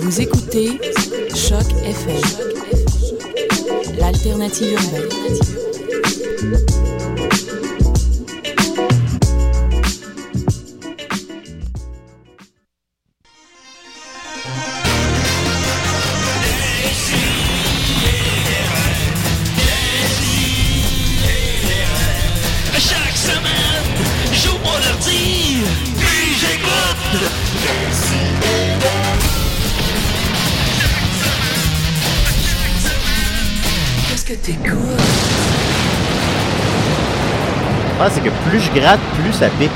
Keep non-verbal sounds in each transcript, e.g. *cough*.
Vous écoutez Choc FM, l'alternative urbaine. Chaque semaine, j'ouvre mon ordi, puis j'écoute. Qu'est-ce que t'écoutes Ah, c'est que plus je gratte, plus ça pique.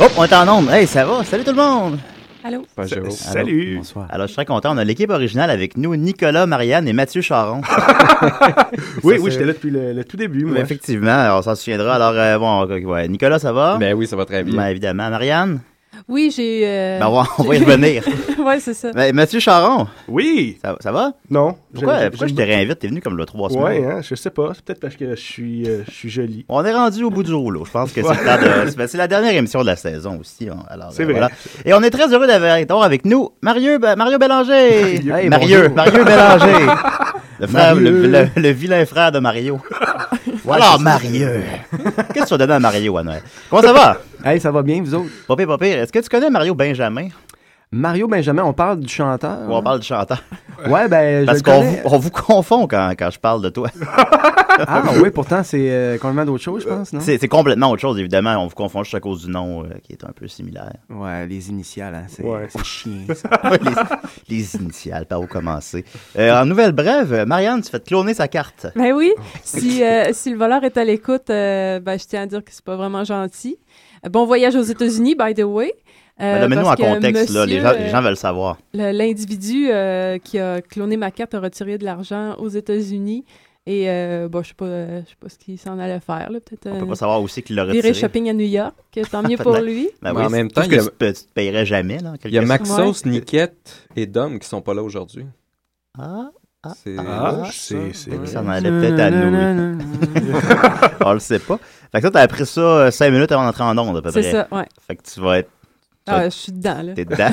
Oh, on est en onde. Hey, ça va? Salut tout le monde! Allô? Pas Géo. Allô? Salut. Bonsoir. Alors, je suis très content. On a l'équipe originale avec nous, Nicolas, Marianne et Mathieu Charon. Ah, Oui, Ça, oui, c'est- j'étais là depuis le, le tout début, moi. Effectivement, on s'en souviendra. Alors, euh, bon, ok, ouais. Nicolas, ça va? Ben oui, ça va très bien. Ben, évidemment. Marianne? Oui, j'ai. euh, Ben, on va, on *laughs* va y revenir. *laughs* ouais, c'est ça. Ben, Mathieu Charon, Oui! ça, ça va? Non. Pourquoi, j'aime- pourquoi je j'aime te réinvite? T'es venu comme le trois beaucoup- semaines. Ouais, hein, je sais pas. C'est peut-être parce que je suis, euh, je suis jolie. On est rendu au bout du rouleau. Je pense que c'est le temps de- c'est- ben, c'est la dernière émission de la saison aussi. hein. Alors, C'est euh, vrai. voilà. Et on est très heureux d'avoir d'avoir avec nous Mario, Be- Mario Bélanger. Mario, bonjour. Hey, Mario, Mario Bélanger. Le, frère, Mario. le, le- le vilain frère de Mario. Alors, Mario. Qu'est-ce que tu as donné à Mario, Anna? Comment ça va? Hey, ça va bien, vous autres? Pas pire, pas pire. Est-ce que tu connais Mario Benjamin? Mario Benjamin, on parle du chanteur. Ou on parle du chanteur? Ouais, ben, Parce je qu'on le vous, connais. on vous confond quand, quand je parle de toi. Ah oui, pourtant, c'est euh, complètement d'autres choses, je pense, non? C'est c'est complètement autre chose, évidemment. On vous confond juste à cause du nom euh, qui est un peu similaire. Ouais, les initiales, hein, c'est Ouais. c'est chiant, *laughs* ça. les, les initiales, par où commencer. Euh, en nouvelle brève, euh, Marianne, tu fais te cloner sa carte. Ben oui, si, euh, si le voleur est à l'écoute, euh, ben, je tiens à dire que c'est pas vraiment gentil. Euh, Bon voyage aux États-Unis, by the way. Euh, Madame, Mets-nous en parce que Ben, contexte, là, les, gens, monsieur, les euh, gens veulent savoir. le- L'individu euh, qui a cloné ma carte a retiré de l'argent aux États-Unis. Et euh, bon, je sais pas, euh, je sais pas ce qu'il s'en allait faire. là, Peut-être On euh, peut pas savoir aussi qu'il l'a virer retiré. shopping à New York. Tant *laughs* mieux pour lui. Ben Mais en même tout ce temps, que il y a- tu, peux- tu te payerais jamais. Là, en quelque Il y a sorte. Maxos, Niquette et Dom qui sont pas là aujourd'hui. Ah, Ah, C'est Ah, Ah, c'est... c'est- ça en allait peut-être à nous. On le sait pas. Fait que toi, t'as appris ça euh, cinq minutes avant d'entrer en onde, à peu C'est près. ça, ouais. Fait que tu vas être Ça- Ah, je suis dedans, là. t'es dedans.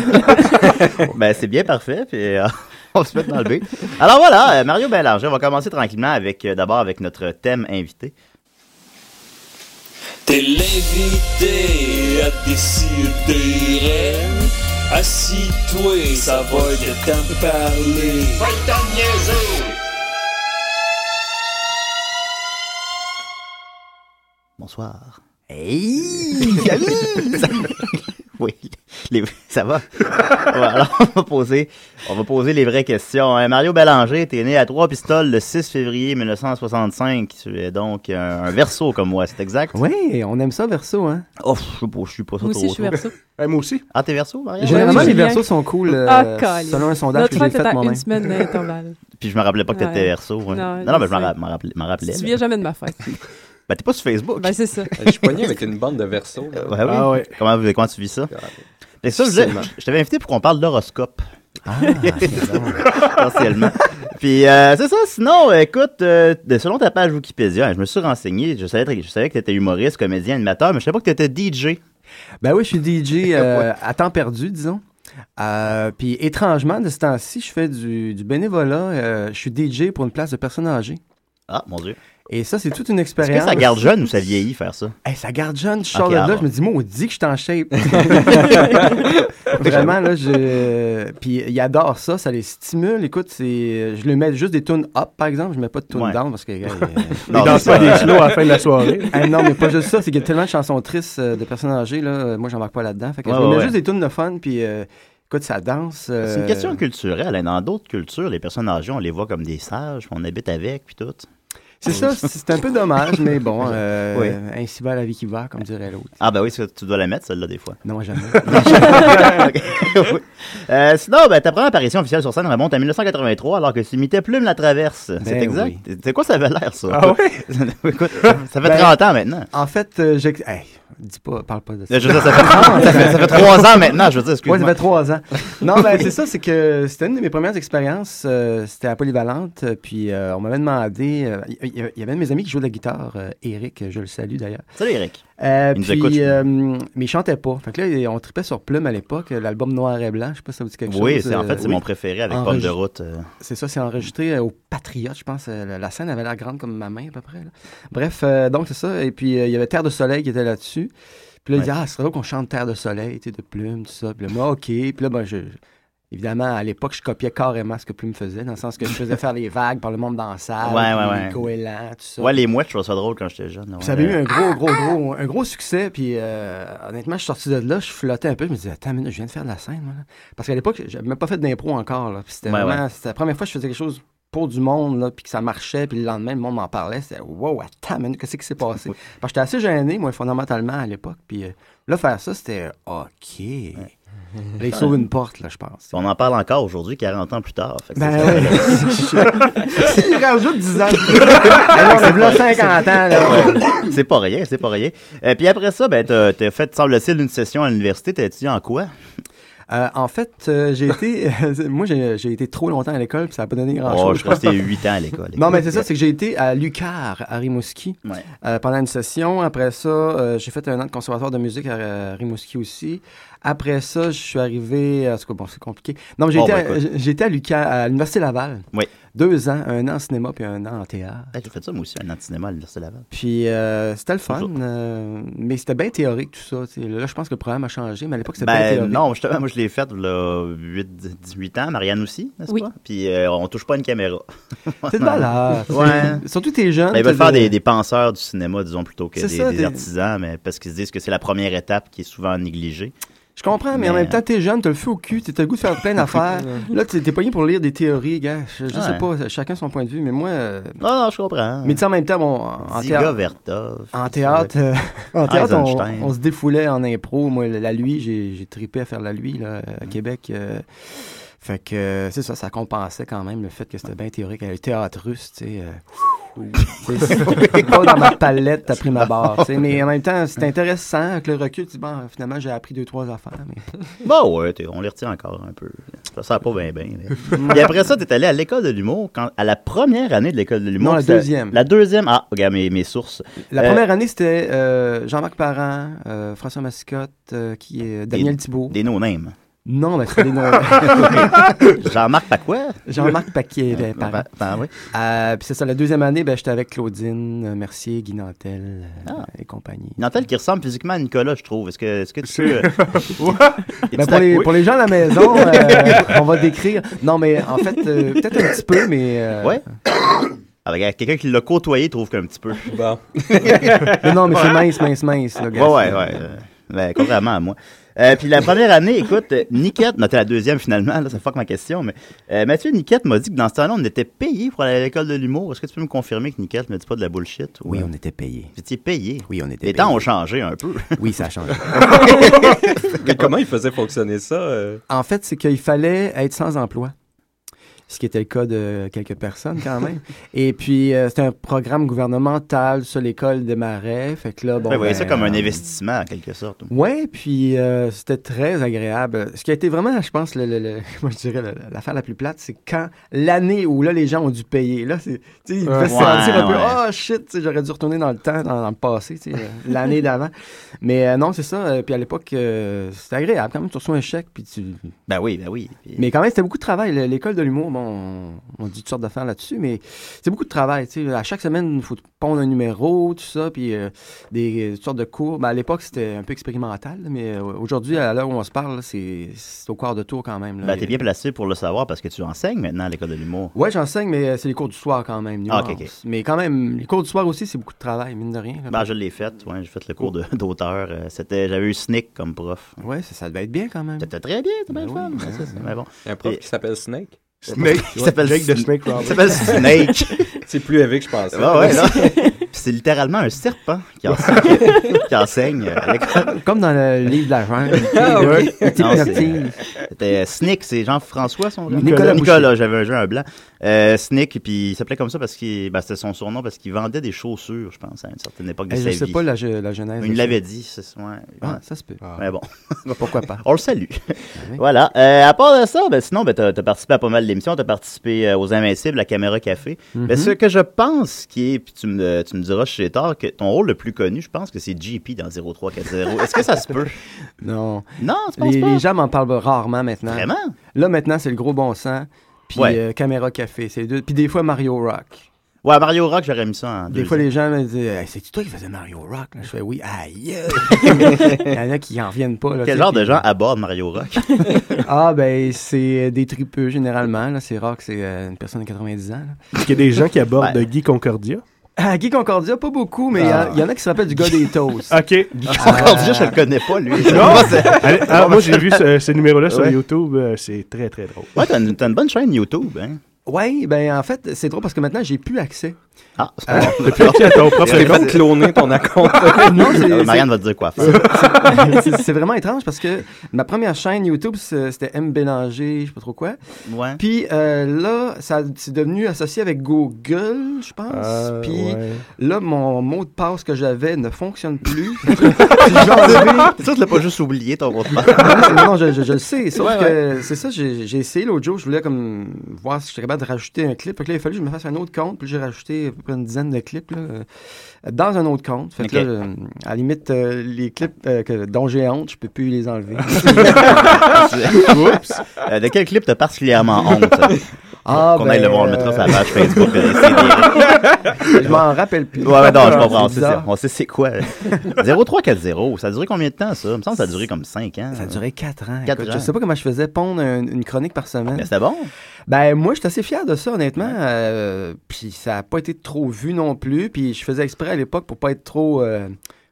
*laughs* ben, c'est bien parfait, puis euh, *laughs* on se met dans le B. Alors voilà, euh, Mario Bélanger, on va commencer tranquillement avec euh, d'abord avec notre thème invité. T'es l'invité à décider. Assis-toi, ça va de t'en parler. Va t'en Bonsoir. Hey! Camille! Ça- *laughs* oui, les- ça va. Ouais, alors, on va poser, on va poser les vraies questions. hein. Mario Bélanger, t'es né à Trois Pistoles le 6 février 1965. Tu es donc euh, un, verso comme moi, c'est exact? *laughs* Oui, on aime ça, Verso, hein? Oh, je suis pas, je suis pas sûr Moi aussi, trop- je suis verso. Ouais, moi aussi. Ah, t'es verso, Mario? Généralement, oui, les bien. Versos sont cool, euh, Ah, calé. selon un sondage Notre que j'ai fête est fait à une moi-même. semaine hein, *laughs* d'intervalle. Puis je me rappelais pas que t'étais Ouais. verso. ouais. Non, Non, non, je mais je m'en sais. rapp- m'en rappelais. m'en Tu rappelais, te là. souviens jamais de ma fête. Ben, t'es pas sur Facebook. Ben, c'est ça. euh, Je suis poigné avec une bande de verso. là. Euh, ouais, oui. Ah ouais. Comment, vous- comment tu vis ça? Mais ça, je, Difficilement. je t'avais invité pour qu'on parle d'horoscope. Ah, *laughs* c'est bon. essentiellement. Puis euh, c'est ça, sinon, écoute, euh, de- selon ta page Wikipédia, hein, je me suis renseigné, je savais, très- je savais que tu étais humoriste, comédien, animateur, mais je savais pas que tu étais DJ. *laughs* Ben oui, je suis DJ euh, à temps perdu, disons. Euh, Puis étrangement, de ce temps-ci, je fais du, du bénévolat. euh, je suis DJ pour une place de personnes âgées. Ah, mon Dieu. Et ça, c'est toute une Est-ce expérience. que ça garde jeune ou ça vieillit faire ça? Hey, ça garde jeune, je sors de là, alors. je me dis, moi, on dit que je suis en *laughs* shape. *laughs* Vraiment, là, je. Puis, il adore ça, ça les stimule. Écoute, c'est. Je lui mets juste des tunes up, par exemple, je mets pas de tunes Ouais. down *laughs* parce que. hey, euh, Il danse c'est ça, pas des euh, slows à la fin de la soirée. hey, non, mais pas juste ça, c'est qu'il y a tellement de chansons tristes euh, de personnes âgées, là. euh, Moi, j'embarque pas là-dedans. Fait que Ouais, je lui mets ouais, juste des tunes de fun, puis. euh, Écoute, ça danse. C'est une euh, question culturelle. hein. Dans d'autres cultures, les personnes âgées, on les voit comme des sages, on habite avec, puis tout. C'est ça, c'est c'est un peu dommage, mais *laughs* bon, euh, Oui. ainsi va la vie qui va, comme dirait l'autre. Ah ben oui, c'est- tu dois la mettre, celle-là, *laughs* des fois. *laughs* Non, jamais. Ok, oui. Euh, sinon, ben, ta première apparition officielle sur scène remonte à 1983, alors que tu imitais Plume la Traverse. c'est Ben exact. oui. C'est quoi ça avait l'air, ça? Ah *laughs* ouais? Écoute, ça fait Ben- 30 ans maintenant. En fait, euh, j'ai... Hey, dis pas, parle pas de ça. Je *laughs* veux *laughs* dire, ça fait, ça fait, ça fait 3 ans maintenant, je veux dire, Ouais, ça excuse-moi. fait trois *laughs* ans. Non, ben, c'est ça, c'est que c'était une de mes premières expériences. euh, c'était à Polyvalente, euh, puis euh, on m'avait demandé. euh, Il y, il y avait un de mes amis qui jouait de la guitare, euh, Eric, je le salue d'ailleurs. Salut, Eric. Euh, Il nous puis, écoute, je- euh, mais il chantait pas. Fait que là, on tripait sur Plume à l'époque, l'album Noir et Blanc. Je sais pas si ça vous dit quelque Oui, chose. euh, c'est en fait, c'est mon mon préféré avec En Pomme regi- de Route. euh. C'est ça, c'est enregistré euh, au Patriote, je pense. Euh, la- La scène avait l'air grande comme ma main à peu près. là. Bref, euh, donc c'est ça. Et puis euh, il y avait Terre de Soleil qui était là-dessus. Puis là, il dit Ah, c'est drôle qu'on chante Terre de Soleil, tu sais, de Plume, tout ça. Puis là, moi, OK. Puis là, ben, je. Évidemment, à l'époque, je copiais carrément ce que Plume faisait, dans le sens que je faisais faire les vagues par le monde dans la salle, Ouais, ouais, puis ouais. les goélands, tout ça. Ouais, les mouettes, je trouvais ça drôle quand j'étais jeune. Puis ça hein. avait eu un gros, gros, gros, un gros succès. Puis euh, honnêtement, je suis sorti de là, je flottais un peu. Je me disais, attends, mais je viens de faire de la scène. moi, là. Parce qu'à l'époque, j'avais même pas fait d'impro encore. là. Puis c'était Ouais, vraiment, c'était la première fois que je faisais quelque chose pour du monde, là, puis que ça marchait. Puis le lendemain, le monde m'en parlait. C'était, wow, attends, mais qu'est-ce qui s'est passé? Parce que j'étais assez gêné, moi, fondamentalement, à l'époque. Puis euh, là, faire ça, c'était euh, OK. Là, il sauve une porte, là, je pense. On en parle encore aujourd'hui, 40 ans plus tard. Fait que Ben c'est- ouais. *laughs* *laughs* il rajoute 10 ans. Alors, on est là 50 ans, là. c'est pas rien, c'est pas rien. Et puis après ça, ben, t'as t'as fait, semble-t-il, une session à l'université. T'as étudié en quoi? Euh, en fait, euh, j'ai été. *laughs* moi, j'ai j'ai été trop longtemps à l'école, puis ça n'a pas donné grand-chose. oh, je crois que c'était 8 ans à l'école. Non, mais c'est ça, c'est que j'ai été à Lucar, à Rimouski, Ouais. euh, pendant une session. Après ça, euh, j'ai fait un an de conservatoire de musique à euh, Rimouski aussi. Après ça, je suis arrivé. En tout cas, bon, c'est compliqué. Non, mais j'ai Bon, été, ben, à- j'ai- j'ai été à Lucar, à l'Université Laval. Oui. Deux ans, un an en cinéma, puis un an en théâtre. Hey, j'ai fait ça, moi aussi, un an de cinéma à l'Université Laval. Puis euh, c'était le fun, Toujours. euh, mais c'était bien théorique tout ça. tu sais. Là, je pense que le programme a changé, mais à l'époque, c'était bien Ben théorique. non, justement, moi je l'ai faite il y a 8, 18 ans, Marianne aussi, n'est-ce Oui. pas? Puis euh, on touche pas à une caméra. C'est de valeur. Ouais. Surtout t'es jeune. Ben, ils Ah, t'as veulent faire de- des, des penseurs du cinéma, disons, plutôt que C'est des, ça, des des- artisans, mais parce qu'ils se disent que c'est la première étape qui est souvent négligée. Je comprends, mais, en Mais, même euh, temps, t'es jeune, t'as le feu au cul, t'as le goût de faire *laughs* plein d'affaires. Là, t'es t'es pogné pour lire des théories, gars. Je, je sais Ouais. pas, chacun son point de vue, mais moi. euh, Non, non, je comprends. Mais tu sais, en même temps, bon, en en Ziga théâtre. Vertov. En théâtre, euh, *laughs* en théâtre on, Eisenstein. on se défoulait en impro. Moi, la nuit, j'ai j'ai tripé à faire la nuit là, Mm. à Québec. euh, fait que euh, c'est ça, ça compensait quand même le fait que c'était bien théorique. Le théâtre russe, tu sais. euh, *laughs* c'est- c'est pas dans ma palette, t'as pris ma barre. tu sais. Mais en même temps, c'est intéressant. Avec le recul, tu dis, bon, finalement, j'ai appris deux, trois affaires. Mais... Bah ouais, t'es- on les retient encore un peu. Ça sert pas bien, bien. mais- Et après ça, t'es allé à l'école de l'humour, quand, à la première année de l'école de l'humour. Non, la c'était- deuxième. La deuxième, ah, regarde mes, mes sources. La Euh, première année, c'était euh, Jean-Marc Parent, euh, François Mascotte, euh, qui est Daniel Thibault. Des no-names. Non, mais c'était des *laughs* noms. Jean-Marc Paquet. Jean-Marc Paquet, ben, Parent. Par- par- oui. Euh, puis c'est ça, la deuxième année, ben, j'étais avec Claudine euh, Mercier, Guy Nantel euh, Ah. et compagnie. Nantel qui ressemble physiquement à Nicolas, je trouve. Est-ce que, est-ce que tu *laughs* peux. euh, es-tu Ben, pour, les, d'accord? pour les gens à la maison, euh, *laughs* on va décrire. Non, mais en fait, euh, peut-être un petit peu, mais, euh, Ouais. Ah, regarde, quelqu'un qui l'a côtoyé trouve qu'un petit peu. Bon. mais non, mais c'est mince, mince, mince. Là, Ouais, ouais, ouais. euh, ben, contrairement à moi. Euh, puis la première année, écoute, euh, Niquette, non, t'es la deuxième finalement, là, ça fuck ma question, mais euh, Mathieu Niquette m'a dit que dans ce temps-là, on était payé pour aller à l'école de l'humour. Est-ce que tu peux me confirmer que Niquette ne dit pas de la bullshit? ou, Oui, euh, on était payés. Vous étiez payé. Oui, on était payés. Les temps ont changé un peu. Oui, ça a changé. Mais comment il faisait fonctionner ça? euh? En fait, c'est qu'il fallait être sans emploi. Ce qui était le cas de quelques personnes quand *laughs* même. Et puis, euh, c'était un programme gouvernemental sur l'école des marais. Fait que là, bon. Vous voyez ça ben, comme un euh, investissement, en quelque sorte. Ouais, puis euh, c'était très agréable. Ce qui a été vraiment, je pense, le, le- *laughs* le- comment je dirais, le- le- l'affaire la plus plate, c'est quand l'année où là les gens ont dû payer. Là, c'est, tu sais, ils devaient se Ouais, sentir un peu, ouais. oh shit, tu sais, j'aurais dû retourner dans le temps, dans, dans le passé, tu sais, euh, l'année d'avant. Mais euh, non, c'est ça. euh, puis à l'époque, euh, c'était agréable quand même. Tu reçois un chèque, puis tu. Ben oui, ben oui. Puis- Mais quand même, c'était beaucoup de travail. Le- L'école de l'humour, bon, on, on dit toutes sortes d'affaires là-dessus, mais c'est beaucoup de travail. tu sais. À chaque semaine, il faut pondre un numéro, tout ça, puis euh, des euh, toutes sortes de cours. Ben, à l'époque, c'était un peu expérimental, mais euh, aujourd'hui, à l'heure où on se parle, là, c'est c'est au quart de tour quand même. là. Ben, t'es bien placé pour le savoir parce que tu enseignes maintenant à l'école de l'humour. Ouais, j'enseigne, mais euh, c'est les cours du soir quand même. Ah, ok, nuance. ok. Mais quand même, les cours du soir aussi, c'est beaucoup de travail, mine de rien. là. Ben, je l'ai fait, ouais, j'ai fait le cours de- *laughs* d'auteur. euh, C'était, j'avais eu Snick comme prof. Ouais, ça, ça devait être bien quand même. C'était très bien, c'était bien Ben le fun. oui, c'est ça, ben c'est- oui. mais bon. Un prof Et- qui s'appelle Snake? Snake. Il s'appelle Jake the Sn- Snake Il Roberts. s'appelle Snake. C'est plus élevé que je pensais. Ah *laughs* ouais, non? Puis c'est littéralement un serpent qui enseigne, qui enseigne euh, à l'école. Comme dans le livre de la *laughs* jungle. Ah, ok. Petit Non, c'est- petit. C'était euh, Snick, c'est Jean-François son nom? Nicolas Nicolas, j'avais un jeu, un blanc. Euh, Snick, puis il s'appelait comme ça parce que c'était son surnom parce qu'il vendait des chaussures, je pense, à une certaine époque de Eh, sa Je sais vie. pas la, je- la genèse. Il de ça. l'avait dit, c'est ouais, Ah, ouais. ça se peut. Mais bon, Pourquoi pas? on le salue. Ben oui. voilà. Euh, à part de ça, ben, sinon, ben, tu as, participé à pas mal d'émissions. Tu as participé euh, aux Invincibles, à Caméra Café. Mhm. Ben, ce que je pense qui est, puis tu me, tu me diras si j'ai tort, que ton rôle le plus connu, je pense que c'est GP dans 0340. Est-ce que ça *laughs* se peut? Non. Non, tu penses Les, pas? les gens m'en parlent rarement maintenant. Vraiment? Là, maintenant, c'est le gros bon sens. Puis Ouais. euh, Caméra Café, c'est les deux. Puis des fois, Mario Rock. Ouais, Mario Rock, j'aurais mis ça en Des deuxième. fois, les gens me disent Hey, C'est toi qui faisais Mario Rock là? Je fais Oui, aïe *laughs* Il y en a qui n'en viennent pas. Là, tu Quel sais, genre de puis- gens abordent Mario *laughs* Rock? *laughs* Ah, ben, c'est euh, des tripeux généralement. là. C'est rare que c'est euh, une personne de 90 ans. là. Est-ce qu'il y a des gens qui abordent Ouais. de Guy Concordia? Ah, Guy Concordia, pas beaucoup, mais il y a- Ah. il y, en a qui se rappellent du gars *laughs* des toasts. OK. Encore déjà, je le connais pas, lui. Ah. Non! Allez, ah, moi, j'ai vu ce, ce numéro-là sur Ouais. YouTube. euh, c'est très, très drôle. Ouais, t'as une, t'as une bonne chaîne YouTube, hein? Oui, ben, en fait, c'est drôle parce que maintenant, j'ai plus accès. Ah, Euh, *laughs* *laughs* Depuis que tu as ton propre C'est compte, comme cloner ton compte. non, c'est- Euh, c'est- Marianne va te dire quoi faire. *laughs* c'est c'est vraiment étrange parce que ma première chaîne YouTube, c'est- c'était M. Bélanger, je sais pas trop quoi. Ouais. Puis euh, là, ça c'est devenu associé avec Google, je pense. Ah, Puis ouais. là, mon mot de passe que j'avais ne fonctionne plus. *laughs* Puis j'ai enlevé- *laughs* Ça, tu l'as pas juste oublié, ton *laughs* compte. non, non, je, je- je le sais. Sauf que c'est ça, j'ai j'ai essayé l'autre jour, je voulais comme voir si j'étais capable de rajouter un clip. Fait que là, il a fallu que je me fasse un autre compte. Puis j'ai rajouté à peu près une dizaine de clips là, euh, dans un autre compte. Fait que Ok. là, euh, à la limite, euh, les clips euh, que- dont j'ai honte, je peux plus les enlever. Oups. *laughs* Euh, de quel clip t'as particulièrement honte? ah, Qu'on aille le voir, on le mettra sur la page Facebook. euh, c'est euh, Je m'en rappelle plus. des- Ouais, ouais, non, je comprends. On C'est sait, bizarre. c'est- on sait c'est quoi. *laughs* 0340, ça a duré combien de temps, ça? Il me semble que ça a duré comme 5 ans. Ça a duré 4 ans. Quatre Écoute, ans. Je sais pas comment je faisais pondre un- une chronique par semaine. Mais c'était bon. Ben, moi, je suis assez fier de ça, honnêtement. Euh, puis ça n'a pas été trop vu non plus. Puis je faisais exprès à l'époque pour pas être trop, euh,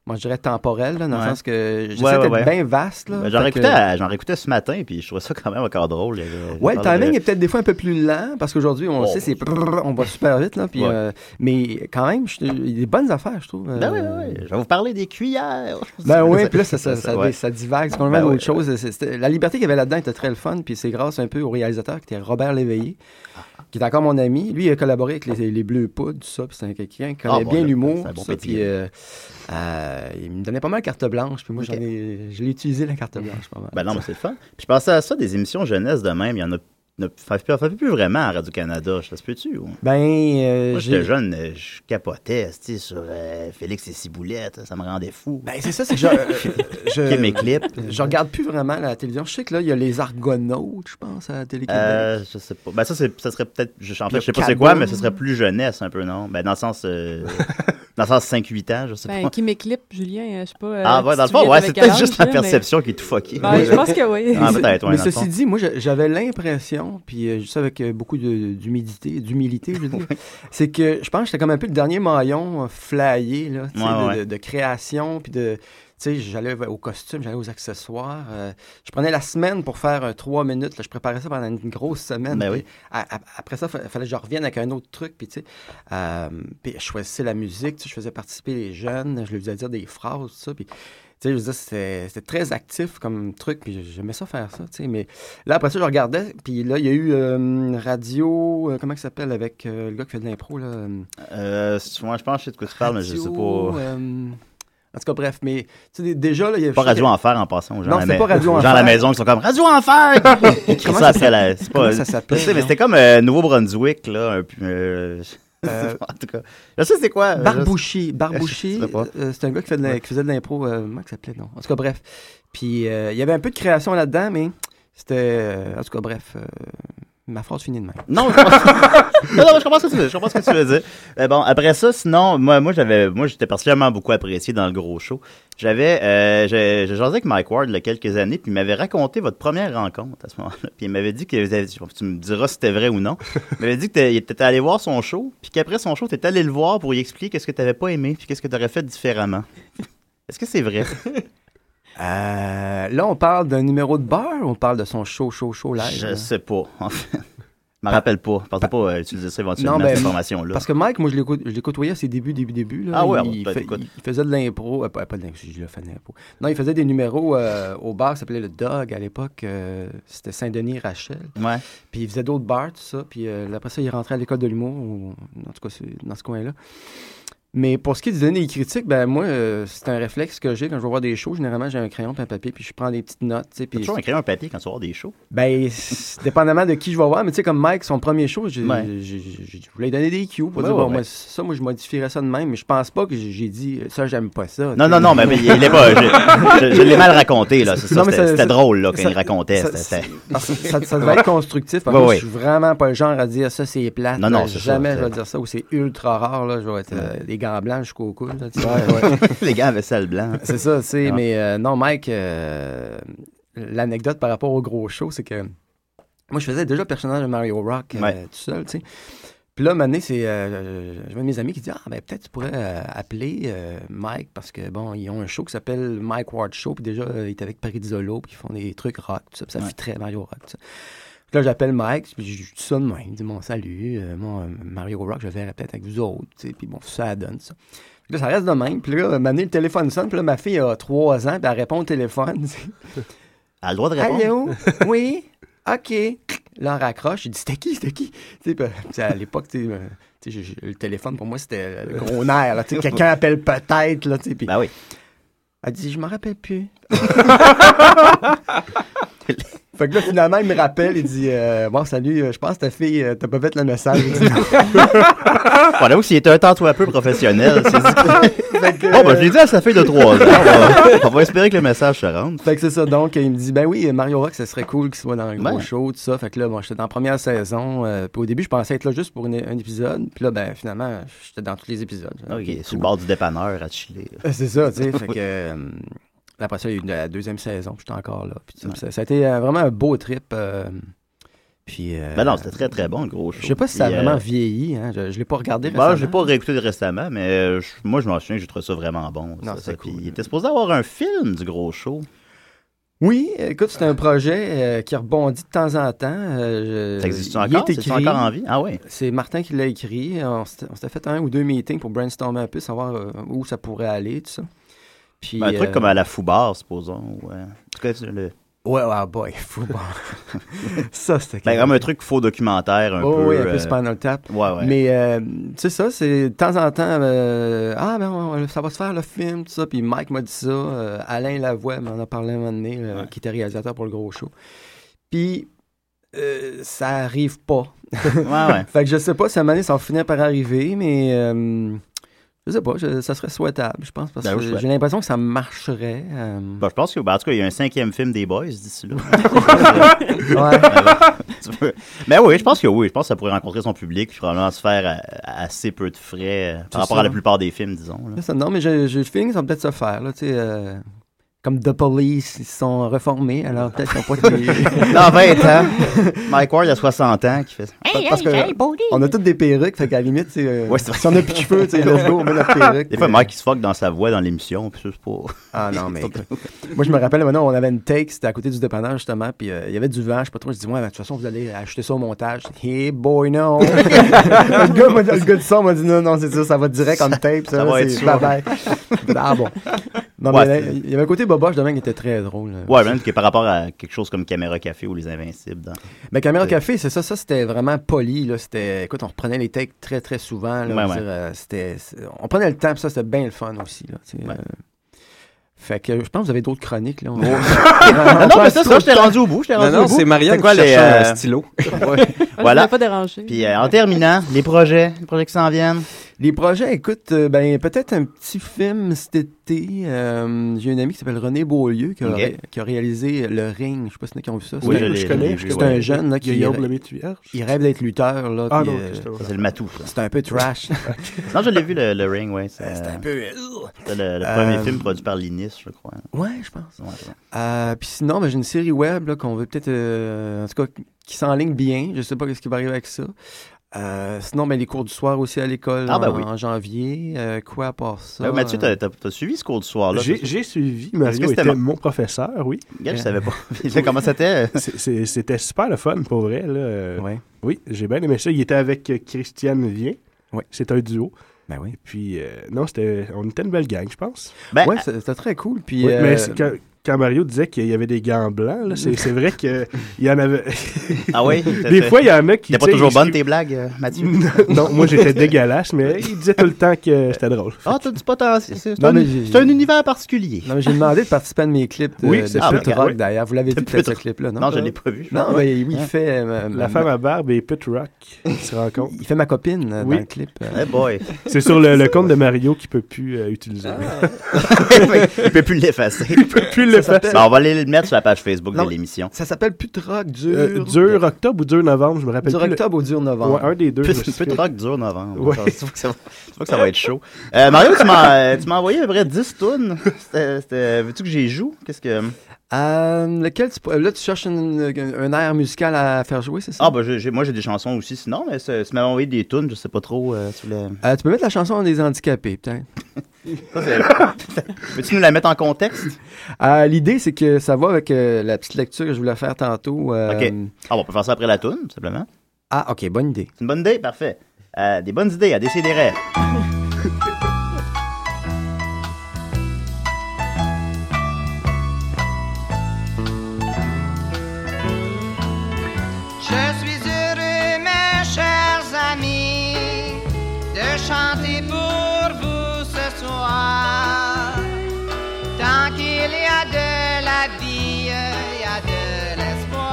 moi, je dirais, temporel, là, dans Ouais. le sens que j'essaie Ouais, ouais, d'être ouais. bien vaste. Là, Ben, J'en Fait réécoutais que- à- j'en réécoutais ce matin, puis je trouvais ça quand même encore drôle. Il y avait- Ouais, le il parlait timing de- est peut-être des fois un peu plus lent parce qu'aujourd'hui, on le Ah, Oh. sait, c'est prrr, *laughs* on va super vite. Là, puis, Ouais. euh, mais quand même, je- il y a des bonnes affaires, je trouve. Ben oui, Euh, oui, oui. Je vais vous parler des cuillères. *laughs* Ben oui, puis là, ça, ça, ça, Ouais. ça divague, c'est quand même Ben autre chose. C'est- c'était- la liberté qu'il y avait là-dedans était très le fun, puis c'est grâce un peu au réalisateur qui était Robert Léveillé, qui est encore mon ami. Lui, il a collaboré avec les, les Bleus Poudres, tout ça, puis c'est un- quelqu'un qui Ah, connaît bon, bien là, l'humour, c'est un tout bon ça, pétillant. puis euh, euh, il me donnait pas mal carte blanche, puis moi, j'en ai, je l'ai utilisé, la carte blanche, pas mal. Ben non, mais c'est le fun. Puis je pensais à ça, des émissions jeunesse de même, il y en a, ne- ça fait plus- ça fait plus vraiment à Radio-Canada, ça se peut-tu? ou? Ben, euh, Moi, j'ai- j'étais jeune, euh, je capotais tu sais, sur euh, Félix et Ciboulette, ça me rendait fou. ben, euh, c'est ça, c'est que je, euh, *laughs* je- Ok, mes clips. *laughs* je regarde plus vraiment la télévision. Je sais que là, il y a les Argonautes, je pense, à la télé Euh, je sais pas. Ben ça, c'est- ça serait peut-être. Je, en fait, Le je sais pas c'est cadeau. quoi, mais ce serait plus jeunesse un peu, non? Ben dans le sens. *laughs* euh, dans le sens 5-8 ans, je sais Ben, pas. qui m'éclipse, Julien, euh, je sais pas. euh, Ah, ouais, si dans le tu fond, viens ouais, avec c'est quel peut-être âge, juste la là, mais- perception qui est tout fuckée. Ben, je pense que oui. Ah, peut-être, ouais, mais dans le ceci fond. dit, moi, je- j'avais l'impression, puis euh, je dis ça avec euh, beaucoup de- d'humidité, d'humilité, je veux dire, c'est que je pense que j'étais comme un peu le dernier maillon euh, flyé, là, tu sais, Ouais, de, ouais. de- de création, puis de... Tu sais, j'allais au costume, j'allais aux accessoires. euh, je prenais la semaine pour faire euh, trois minutes. là, je préparais ça pendant une grosse semaine. Ben puis oui. à- à- après ça, il fallait que je revienne avec un autre truc. Puis, tu sais, euh, puis je choisissais la musique, tu sais, je faisais participer les jeunes, je leur faisais dire des phrases, tout ça. Puis, tu sais, je veux dire, c'était c'était très actif comme truc, puis j'aimais ça faire ça, tu sais. Mais là, après ça, je regardais, puis là, il y a eu euh, Radio, euh, comment il s'appelle, avec euh, le gars qui fait de l'impro, là. euh, Euh, c'est- moi, je pense que je sais de quoi tu parles, mais je sais Radio, pas. euh, en tout cas, bref, mais tu sais, dé- déjà, là, il y a. Pas Radio Enfer en passant aux gens, Non, à la, c'est pas Radio *laughs* aux gens à la Enfer. maison qui sont comme Radio Enfer! *laughs* Ils crient Comment ça ça après la. C'est Comment pas. ça Je s'appelle? hein? sais, mais Ben non? c'était comme euh, Nouveau-Brunswick, là. Un, peu, euh, Euh, *laughs* en tout cas. Je sais c'est quoi. Euh, je- Barbouchi. Je Barbouchi, sais pas. euh, c'est un gars qui, fait de la- qui faisait de l'impro. euh, comment il s'appelait, non? En tout cas, bref. Puis, euh, il y avait un peu de création là-dedans, mais c'était. euh, en tout cas, bref. euh, ma phrase finit de même. Non, je comprends... *laughs* non, non, je comprends ce que tu veux. Je comprends ce que tu veux dire. Mais bon, après ça, sinon, moi, moi, j'avais, moi, j'étais particulièrement beaucoup apprécié dans le gros show. J'avais, euh, j'ai, j'ai jasé avec Mike Ward il y a quelques années, puis il m'avait raconté votre première rencontre à ce moment-là. Puis il m'avait dit que vous avez- tu me diras si c'était vrai ou non. Il m'avait dit que t'es- t'étais allé voir son show, puis qu'après son show, t'étais allé le voir pour lui expliquer qu'est-ce que t'avais pas aimé, puis qu'est-ce que t'aurais fait différemment. Est-ce que c'est vrai? Euh, là, on parle d'un numéro de bar, on parle de son show, show, show live. Je là? sais pas, *laughs* en fait. Je me rappelle pas. Je pensais pas euh, utiliser ça éventuellement, Non, ben, cette information-là. Parce que Mike, moi, je l'écoute- je l'ai côtoyé à ses débuts, début, début. Là. Ah ouais, il, ouais, fait- écoute. il faisait de l'impro. euh, pas, pas de l'impro, je l'ai fait de l'impro. Non, il faisait des numéros euh, au bar qui s'appelait le Dog à l'époque. euh, C'était Saint-Denis-Rachel. Ouais. Puis il faisait d'autres bars, tout ça. Puis euh, après ça, il rentrait à l'école de l'humour, ou- en tout cas, c'est dans ce coin-là. Mais pour ce qui est de donner des critiques, ben moi, euh, c'est un réflexe que j'ai quand je vais voir des shows. Généralement, j'ai un crayon puis un papier, puis je prends des petites notes. tu sais, T'as Puis toujours un crayon un papier quand tu vas voir des shows. ben, c'est- *laughs* dépendamment de qui je vais voir, mais tu sais, comme Mike, son premier show, j'ai- Ouais. j'ai- j'ai- j'ai- je voulais lui donner des cues pour Ouais, dire, ouais, bon, ouais. moi, ça, moi, je modifierais ça de même, mais je pense pas que j'ai j'ai dit, ça, j'aime pas ça. Non, tu non, sais. non, mais, mais il il est pas. Je, je- je l'ai mal raconté, là. C'est ça. Non, mais C'était ça- c'était ça- drôle, là, quand ça- il racontait. ça- c'était- c'était- Parce que Ah, ça, ça devait être constructif. Parce que Ouais, moi, ouais. je suis vraiment pas le genre à dire ça, c'est plate. Non, non, là, c'est ça, Jamais c'est- je vais dire ça, ou c'est ultra rare, là. Je vais être euh, des gants blancs jusqu'au cou. là, tu sais. *laughs* Les gars en vaisselle blanc. C'est ça, tu sais. Ouais. Mais euh, non, Mike, euh, l'anecdote par rapport au gros show, c'est que moi, je faisais déjà le personnage de Mario Rock euh, Ouais. tout seul, tu sais. Puis là, un moment donné, c'est, euh, j'avais un de mes amis qui dit Ah, ben peut-être tu pourrais euh, appeler euh, Mike parce que, bon, ils ont un show qui s'appelle Mike Ward Show. Puis déjà, euh, il est avec Paris Zolo, puis ils font des trucs rock, tout ça. Puis ça Ouais. fit très Mario Rock, tout ça. Puis là, j'appelle Mike, puis je je dis ça de même. Il dit Bon, salut, euh, moi, euh, Mario Rock, je verrai peut-être avec vous autres, tu sais. Puis bon, ça donne, ça. Puis là, ça reste de même. Puis là, un moment donné, le téléphone sonne. Puis là, ma fille a trois ans, puis elle répond au téléphone. *laughs* tu sais. Elle a le droit de répondre. Allô? Oui? OK. Là, on raccroche. Il dit, c'était qui? C'était qui? Tu sais, ben, tu sais, à l'époque, tu sais, euh, tu sais, j'ai- j'ai- le téléphone, pour moi, c'était le gros nerf. là, tu sais, Quelqu'un appelle peut-être. là, tu sais, puis Ben oui. Elle dit, je m'en rappelle plus. fait que là, finalement, il me rappelle. Il dit, euh, bon, salut, euh, je pense que ta fille, euh, t'as pas fait le message. Voilà où s'il était un temps soit peu professionnel. c'est- *laughs* Fait que, Bon, ben, je l'ai dit à sa fille de 3 ans. On va, on va espérer que le message se rende. Fait que c'est ça. Donc, il me dit, ben oui, Mario Rock, ça serait cool qu'il soit dans un gros Ouais. show, tout ça. Fait que là, moi, j'étais dans la première saison. euh, puis au début, je pensais être là juste pour une- un épisode. Puis là, ben finalement, j'étais dans tous les épisodes. Ok, Cool. Ah, sur le bord du dépanneur à Chili. Euh, *laughs* C'est ça, *laughs* tu sais. fait que. euh, après ça, il y a eu la deuxième saison, puis j'étais encore là. Puis tout ça, ça, ça a été euh, vraiment un beau trip. euh, puis. euh, Ben non, c'était très très bon, le gros show. Je sais pas si ça a Puis, euh, vraiment vieilli. Hein. Je, je l'ai pas regardé Bah, récemment. je l'ai pas réécouté récemment, mais euh, je- moi, je m'en souviens que j'ai trouvé ça vraiment bon. Non, ça, c'est ça. Puis cool. Il était supposé avoir un film du gros show. Oui, écoute, c'est un projet euh, qui rebondit de temps en temps. euh, je- Ça existe il est encore? C'est écrit. encore en vie? Ah oui. C'est Martin qui l'a écrit. On s'était on s'était fait un ou deux meetings pour brainstormer un peu, savoir euh, où ça pourrait aller, tout ça. Puis, Ben, un truc euh, comme à la Foubar, supposons. ou, euh, en tout cas, c'est le- Ouais, ouais, boy, *laughs* fou, *laughs* bon. ça, c'était ben, comme un truc faux documentaire, un oh, peu. oui, un peu euh, Spinal Tap. Ouais, ouais. Mais, euh, tu sais, ça, c'est de temps en temps, euh, ah, ben, on- ça va se faire le film, tout ça. Puis Mike m'a dit ça. euh, Alain Lavoie m'en a parlé un moment donné, là, qui était réalisateur pour le gros show. Puis, euh, ça arrive pas. Ouais, *laughs* ouais. Fait que je sais pas si à un moment donné, ça va finir par arriver, mais euh, je sais pas, je- ça serait souhaitable, je pense, parce Ben, je que souhaite. j'ai l'impression que ça marcherait. euh, Bon, je pense que, ben, en tout cas, il y a un cinquième film des Boys d'ici là. *laughs* *laughs* ouais. Tu peux- Mais oui, je pense que oui. Je pense que ça pourrait rencontrer son public, puis probablement se faire à- à assez peu de frais euh, par rapport ça. à la plupart des films, disons. là. *laughs* C'est ça. non, mais j'ai j'ai le feeling que ça va peut-être se faire, là, tu sais, euh, comme The Police, ils sont réformés, alors peut-être qu'ils n'ont *laughs* pas été- Dans 20 ans, Mike Ward a 60 ans qui fait ça. Parce que on a toutes des perruques, fait qu'à la limite, tu sais, euh, Ouais, c'est vrai. si on a plus de cheveux, tu sais, let's go, on met *laughs* notre perruque. Des fois, Mike, il se fuck dans sa voix dans l'émission, puis ça, c'est pas... Ah *laughs* non, mais écoute, moi je me rappelle maintenant, on avait une take, c'était à côté du dépanneur justement, puis euh, il y avait du vent, je sais pas trop, je dis ouais, ben, de toute façon vous allez acheter ça au montage. Hey boy *laughs* non. le, gars, m'a dit- le gars du son m'a dit non non, c'est ça, ça va direct en tape, ça, ça va c'est être sûr. bye *laughs* bye. ah bon. Non Ouais, mais c'est- là, il y avait un côté boboche demain qui était très drôle. euh, là. Ouais, même que par rapport à quelque chose comme Caméra Café ou Les Invincibles. Dans... Mais Caméra Euh. Café, c'est ça, ça c'était vraiment poli. Là. C'était, écoute, on reprenait les takes très très souvent. Là, Ouais, Je veux ouais. dire, euh, c'était, c'est- on prenait le temps, puis ça c'était bien le fun aussi. Là, tu sais, Ouais. euh. Fait que je pense que vous avez d'autres chroniques. *laughs* Là, On- Ah On non, mais passe ça, trop ça, de je t'ai rendu au bout. Je t'ai Non, rendu au non, bout. c'est Marianne C'est quoi qui les, cherchait euh, un stylo. Voilà. Je voulais pas déranger. *laughs* Puis euh, en terminant, les projets, les projets qui s'en viennent. Les projets, écoute, euh, ben peut-être un petit film cet été. Euh, J'ai une amie qui s'appelle René Beaulieu qui a, Ok. ré- qui a réalisé Le Ring. Je sais pas si y en a qui ont vu ça. Oui, c'est je un, l'ai- connais, je je l'ai vu, c'est connais. un jeune là, qui Guillaume il, le métuyage. il rêve d'être lutteur. Là, Ah puis, non, euh, je te vois. Ça, C'est le matou, ça. c'est un peu trash. Non, je l'ai vu, le, le Ring, ouais. C'est c'est euh, un peu. c'était le, le premier Euh, film produit par Linis, je crois. Ouais, je pense. Ouais, ouais. Euh, puis sinon, ben, j'ai une série web là, qu'on veut peut-être, euh, en tout cas, qui s'enligne bien. Je sais pas ce qui va arriver avec ça. Euh, sinon, ben, les cours du soir aussi à l'école Ah, ben en, oui. en janvier. Euh, quoi à part ça? Ah, Mathieu, euh, t'as as, suivi ce cours du soir, là? J'ai j'ai suivi. Est-ce que Mario c'était était ma- mon professeur, oui. Gars, je *laughs* savais pas. Je sais comment c'était? C'est- c'est- C'était super le fun, pour vrai. Là. Euh, ouais. Oui, j'ai bien aimé ça. Il était avec euh, Christiane Vien. Ouais. C'est un duo. Ben oui. Puis, euh, non, c'était, on était une belle gang, je pense. Ben, ouais, c'est- c'était très cool. Puis, Oui, euh, Mais c'est quand, quand Mario disait qu'il y avait des gants blancs, là, c'est, c'est vrai qu'il y en *laughs* avait. ah oui? des fois, il y en a qui. T'es pas tu sais, toujours ils- bonne, tes blagues, euh, *laughs* Mathieu? non, moi j'étais dégueulasse, mais il disait tout le temps que c'était drôle. Ah, tu dis pas tant. C'est c'est Non, un, mais j'ai- c'est un univers particulier. Non, mais j'ai demandé de participer à un de mes clips de, Oui, de c'est ça. Pit Ah, Rock, oui. d'ailleurs. Vous l'avez De vu peut-être Pit ce clip-là, non? Non, je l'ai pas vu. je Non, crois. mais oui, il fait... euh, ma- La femme ma- à barbe et Pit Rock qui se *laughs* rencontrent. Il fait ma copine euh, Oui. dans le clip. euh. *laughs* Eh boy. C'est sur le, le compte de Mario qu'il peut plus euh, utiliser. *laughs* Ah. il peut plus l'effacer. Plus le fait. Bon, Bah, on va aller le mettre sur la page Facebook Non. de l'émission. Ça s'appelle Pit Rock dur... Euh, dur octobre ou dur novembre, je me rappelle Dur plus. le- octobre au dur novembre. Ouais, un des deux. je me Peu- Peu de souviens. rock dure novembre. Ouais. Ça, Je trouve que ça va- je trouve que ça va *laughs* être chaud. Euh, Mario, tu m'as euh, tu m'as envoyé à peu près 10 tonnes. Veux-tu que j'y joue? Qu'est-ce que. Euh, lequel tu... Là, tu cherches une- un air musical à faire jouer, c'est ça? Ah, bah, j'ai- j'ai- moi, j'ai des chansons aussi. Sinon, mais ça- tu m'avais envoyé des tunes, je sais pas trop. euh, tu voulais- Ah. Euh, tu peux mettre la chanson des handicapés, peut-être. Ça, c'est- Veux-tu nous la mettre en contexte? Euh, L'idée, c'est que ça va avec euh, la petite lecture que je voulais faire tantôt. euh, Ok. Ah, bon, on peut faire ça après la tune, tout simplement. Ah, ok, bonne idée. C'est une bonne idée? Parfait. Euh, des bonnes idées à décider. Je suis heureux, mes chers amis, de chanter pour vous ce soir. Tant qu'il y a de la vie, il y a de l'espoir.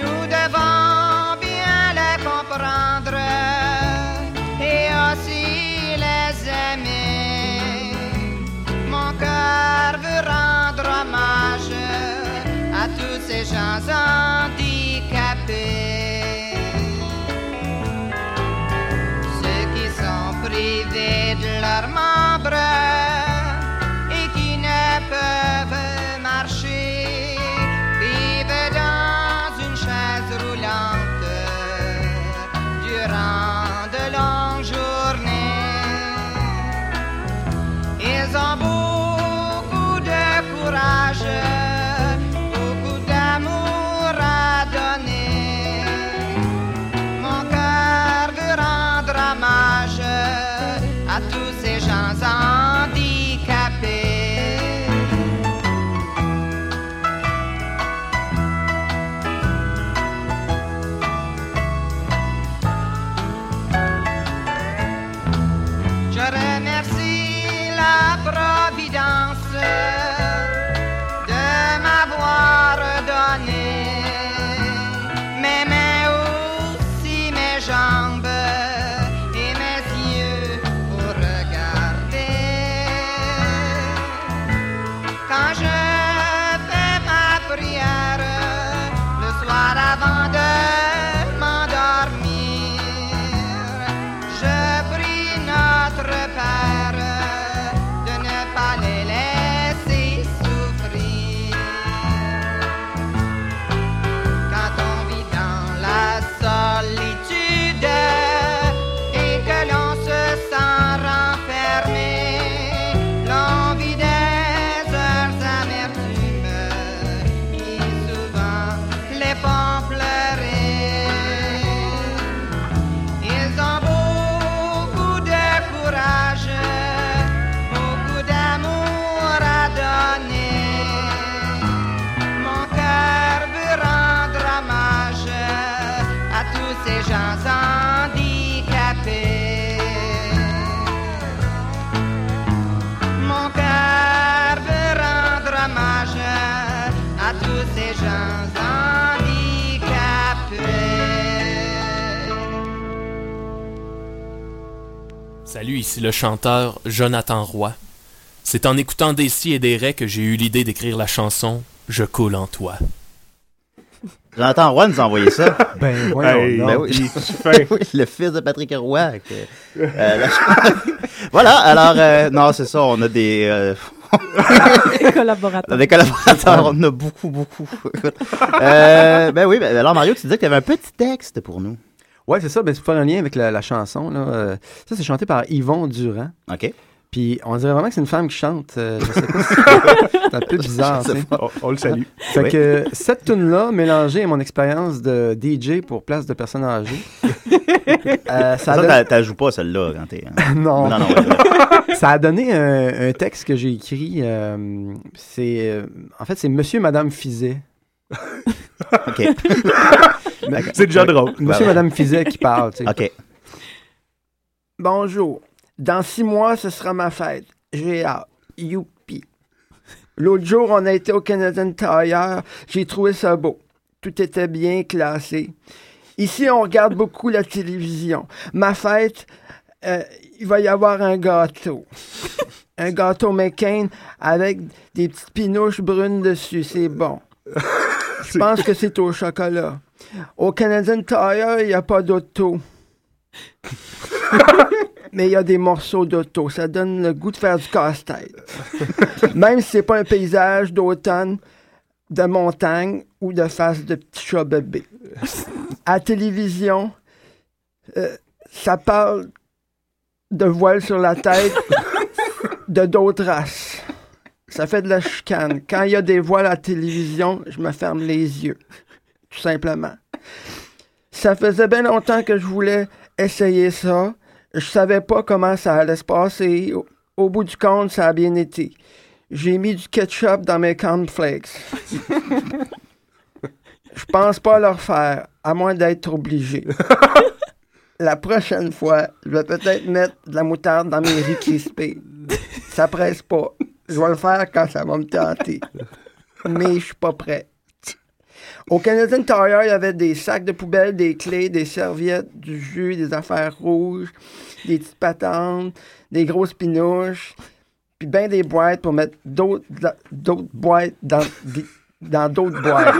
Nous devons bien les comprendre et aussi les aimer. Mon cœur veut rendre hommage à tous ces gens handicapés, ceux qui sont privés de leurs membres et qui ne peuvent marcher, vivent dans une chaise roulante durant de longues journées. Ils ont beaucoup de courage, beaucoup d'amour à donner. Mon cœur veut rendre hommage à tous ces gens handicapés. Je remercie la Providence de m'avoir donné mes mains aussi mes jambes et mes yeux pour regarder quand je fais ma prière le soir avant de m'endormir. Je prie notre Père de ne pas les laisser souffrir. Quand on vit dans la solitude et que l'on se sent renfermé, l'envie des heures amertumes qui souvent les font pleurer. Ils ont beaucoup de courage, beaucoup d'amour à donner. Mon cœur veut rendre hommage à tous ces gens handicapés. Mon cœur veut rendre hommage à tous ces gens handicapés. Salut, ici le chanteur Jonathan Roy. C'est en écoutant des si et des raies que j'ai eu l'idée d'écrire la chanson Je coule en toi. J'entends Roy nous *laughs* envoyer ça. Ben, voyons Hey, donc. Ben oui. il est fin. Oui, *laughs* le fils de Patrick *laughs* Roy. que- euh, la- voilà, alors, euh, non, c'est ça, on a des. euh, Des collaborateurs. Des collaborateurs, on en a beaucoup, beaucoup. *laughs* Euh, ben oui, ben alors Mario, tu disais que tu avais un petit texte pour nous. Ouais, c'est ça. Ben, c'est pour faire un lien avec la, la chanson. Là. Euh, ça, c'est chanté par Yvon Durand. OK. Puis on dirait vraiment que c'est une femme qui chante. euh, je sais pas si- c'est un *laughs* peu bizarre. Je sais tu sais. Oh, pas. On- on le salue. Fait Oui. que cette tune-là, mélangée à mon expérience de DJ pour place de personnes âgées, euh, Ça, a ça donné- t'a- t'as joues pas celle-là quand t'es. hein. non. Non, non, ouais, ouais. ça a donné un, un texte que j'ai écrit. euh, c'est, euh, en fait, c'est Monsieur et Madame Fizet. OK. *laughs* Bah, C'est déjà drôle. Monsieur et Madame Fizet qui parle. tu sais. OK. Bonjour. Dans six mois, ce sera ma fête. J'ai hâte. Youpi. L'autre jour, on a été au Canadian Tire. J'ai trouvé ça beau. Tout était bien classé. Ici, on regarde beaucoup la télévision. Ma fête, euh, il va y avoir un gâteau. Un gâteau McCain avec des petites pinouches brunes dessus. C'est bon. Je pense que c'est au chocolat. Au Canadian Tire, il n'y a pas d'auto. Mais il y a des morceaux d'auto. Ça donne le goût de faire du casse-tête. *laughs* Même si c'est pas un paysage d'automne, de montagne ou de face de petit chat bébé. À télévision, euh, ça parle de voile sur la tête de d'autres races. Ça fait de la chicane. Quand il y a des voiles à télévision, je me ferme les yeux. Tout simplement. Ça faisait bien longtemps que je voulais essayer ça. Je savais pas comment ça allait se passer. Au, au bout du compte, ça a bien été. J'ai mis du ketchup dans mes cornflakes. Je pense pas le refaire, à moins d'être obligé. La prochaine fois, je vais peut-être mettre de la moutarde dans mes riz crispés. Ça presse pas. Je vais le faire quand ça va me tenter. Mais je suis pas prêt. Au Canada Tire, il y avait des sacs de poubelle, des clés, des serviettes, du jus, des affaires rouges, des petites patentes, des grosses pinouches, puis ben des boîtes pour mettre d'autres d'autres boîtes dans des- dans d'autres boîtes.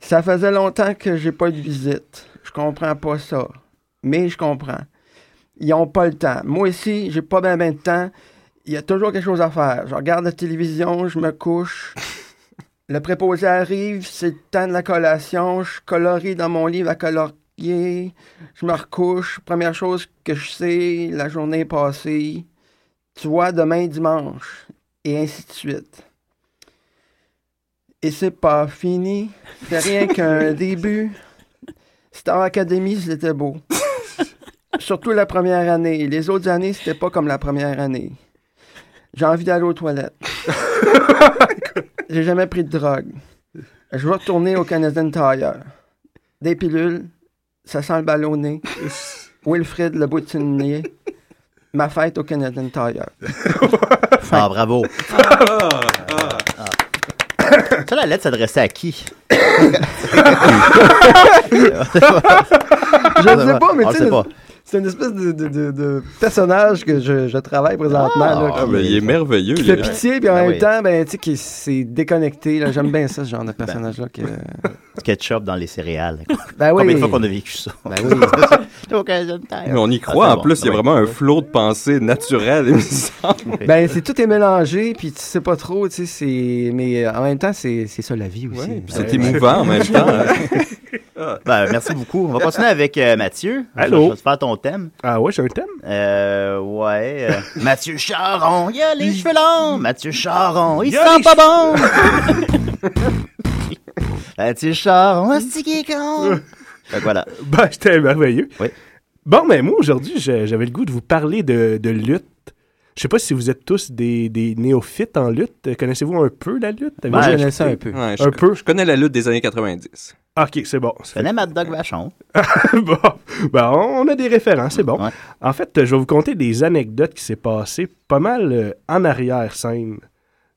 ça faisait longtemps que j'ai pas eu de visite. Je comprends pas ça. Mais je comprends. Ils ont pas le temps. Moi ici, j'ai pas bien de temps. Il y a toujours quelque chose à faire. Je regarde la télévision, je me couche. Le préposé arrive, c'est le temps de la collation. Je colorie dans mon livre à colorier. Je me recouche. Première chose que je sais, la journée est passée. Tu vois, demain, dimanche. Et ainsi de suite. Et c'est pas fini. C'est rien qu'un début. Star Academy, c'était beau. Surtout la première année. Les autres années, c'était pas comme la première année. J'ai envie d'aller aux toilettes. J'ai jamais pris de drogue. Je vais retourner au Canadian Tire. Des pilules, ça sent le ballonné. *laughs* Wilfred le boutinier. Ma fête au Canadian Tire. Ah, bravo. Ah! Ça, la lettre s'adressait *laughs* à qui? *laughs* je ne sais pas, mais On tu le sait sais, pas. c'est une espèce de, de- de- de personnage que je, je travaille présentement. Ah, là, qui- mais il est merveilleux. qui il est- fait pitié, puis en Ah même oui. temps, ben, tu sais, qui s'est déconnecté. là. J'aime bien ça, ce Ben, genre de personnage-là. que- Du ketchup dans les céréales. Ben oui. Combien de fois qu'on a vécu ça? Ah Ben oui. *laughs* Mais on y croit en plus, il y a vraiment un flot de pensée naturelle, il me semble. Ben, c'est tout est mélangé, puis tu sais pas trop, tu sais, c'est... Mais euh, en même temps, c'est c'est ça la vie aussi. Ben, puis c'est émouvant en même temps, hein. Ben, merci beaucoup. On va continuer avec euh, Mathieu. Allô? Je vais te faire ton thème. Ah ouais, j'ai un thème? *laughs* Euh, ouais. *laughs* euh, Mathieu Charon, il a les cheveux longs. Mathieu Charon, il Il a sent les pas bon. *laughs* Mathieu *laughs* Charon, c'est qui est con. Fait que voilà. Ben, c'était merveilleux. Oui. Bon, ben moi, aujourd'hui, j'ai- j'avais le goût de vous parler de, de lutte. Je sais pas si vous êtes tous des, des néophytes en lutte. Euh, Connaissez-vous un peu la lutte? Avez-vous Ouais, je- déjà écouté? *laughs* Ouais, je, un peu? Je connais la lutte des années 90. OK, c'est bon. *laughs* Je connais Mad Dog Vachon. bon, ben, on a des références, c'est bon. En fait, euh, je vais vous conter des anecdotes qui s'est passées pas mal euh, en arrière-scène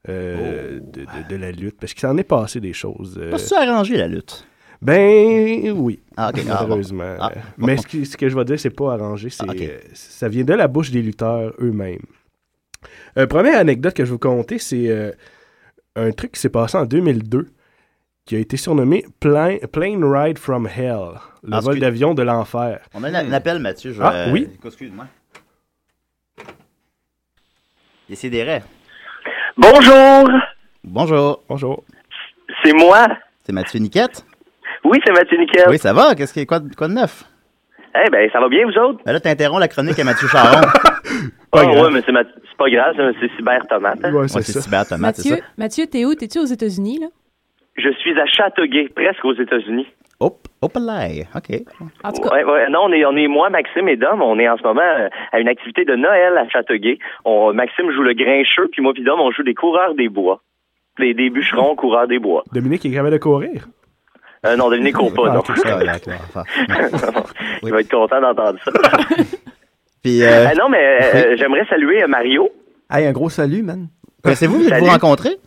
euh, Oh. de, de- de la lutte, parce qu'il s'en est passé des choses. euh, Pas tu arrangé la lutte? Ben oui. Ah, ok. Ah, bon. Malheureusement. Ah, bon. Ah, Mais ce, qui- ce que je vais dire, c'est pas arrangé. c'est, euh, ça vient de la bouche des lutteurs eux-mêmes. Euh, première anecdote que je vais vous conter, c'est euh, un truc qui s'est passé en 2002 qui a été surnommé Plane, Plane Ride from Hell, le Ah, vol excuse- d'avion de l'enfer. On a un appel, Mathieu. Je... Ah, oui? Excuse-moi. Décidérez. Bonjour. Bonjour. Bonjour. C'est moi. C'est Mathieu Niquette? Oui, c'est Mathieu Niquette. Oui, ça va. Qu'est-ce qui est quoi, de- quoi de neuf? Eh ben, ça va bien, vous autres? Ben là, t'interromps la chronique à Mathieu Charon. Ah ouais, mais c'est ma- c'est pas grave, ça, c'est Cyber Tomate. hein. Ouais, c'est Cyber Tomate, c'est Mathieu, ça. Mathieu, t'es où? T'es-tu aux États-Unis, là? Je suis à Châteauguay, presque aux États-Unis. Hop, hop là, OK. En tout Ouais, ouais, non, on est, on est moi, Maxime et Dom, on est en ce moment euh, à une activité de Noël à Châteauguay. On, Maxime joue le grincheux, puis moi puis Dom, on joue des coureurs des bois. Des, des bûcherons coureurs des bois. Dominique est capable de courir. Euh, non, devinez court pas, Ah, non. ok, ça, *laughs* Il va être content d'entendre ça. Puis, Ah non, mais euh, j'aimerais saluer euh, Mario. Hey, un gros salut, man. Connaissez-vous, vous êtes-vous Salut. rencontrés?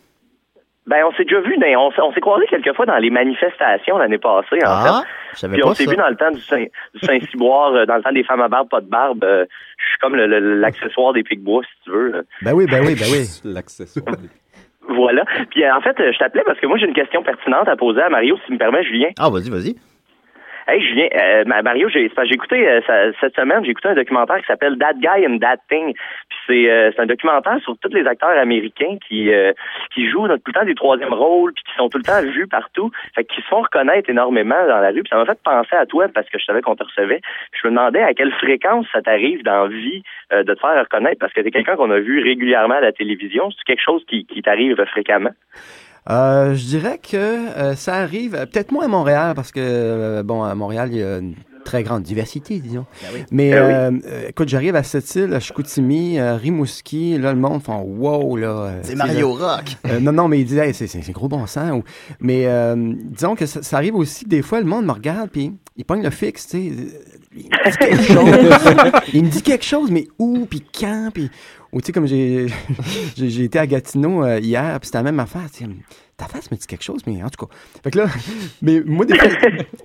Ben, on s'est déjà vu, dans- on, s'est- on s'est croisés quelques fois dans les manifestations l'année passée, en Ah, fait. je savais Puis pas on s'est ça. vu dans le temps du Saint- du Saint-Cyboire, euh, dans le temps des femmes à barbe, pas de barbe. euh, je suis comme le- le- l'accessoire des pics-bois, si tu veux. là. Ben oui, ben oui, ben *laughs* oui. L'accessoire. Voilà. Puis euh, en fait, euh, je t'appelais parce que moi, j'ai une question pertinente à poser à Mario, si tu me permets, Julien. Ah, vas-y, vas-y. Hey, Julien, euh, ma- Mario, j'ai c'est parce que j'ai écouté euh, ça- cette semaine, j'ai écouté un documentaire qui s'appelle That Guy and That Thing. Puis c'est euh, c'est un documentaire sur tous les acteurs américains qui euh, qui jouent dans- tout le temps des troisièmes rôles, puis qui sont tout le temps vus partout, fait qu'ils se font reconnaître énormément dans la rue. Puis ça m'a fait penser à toi parce que je savais qu'on te recevait. Puis je me demandais à quelle fréquence ça t'arrive dans la vie euh, de te faire reconnaître parce que t'es quelqu'un qu'on a vu régulièrement à la télévision. C'est quelque chose qui, qui t'arrive fréquemment. Euh, je dirais que euh, ça arrive, euh, peut-être moins à Montréal, parce que, euh, bon, à Montréal, il y a une très grande diversité, disons. Mais, Ben oui. euh, euh, écoute, j'arrive à cette île, à Chicoutimi, euh, Rimouski, là, le monde font wow, là. euh, C'est tu sais, Mario là. Rock. Euh, non, non, mais il dit, Hey, c'est c'est- c'est gros bon sang. ou- Mais euh, disons que ça, ça arrive aussi, que des fois, le monde me regarde, puis il pogne le fixe, tu sais. Il me dit quelque chose. il me dit quelque chose, mais où, puis quand, puis. Ou tu sais, comme j'ai *laughs* j'ai- j'ai été à Gatineau euh, hier, puis c'était la même affaire, tu sais. Ta face me dit quelque chose, mais en tout cas. Fait que là, *laughs* mais moi, des fois,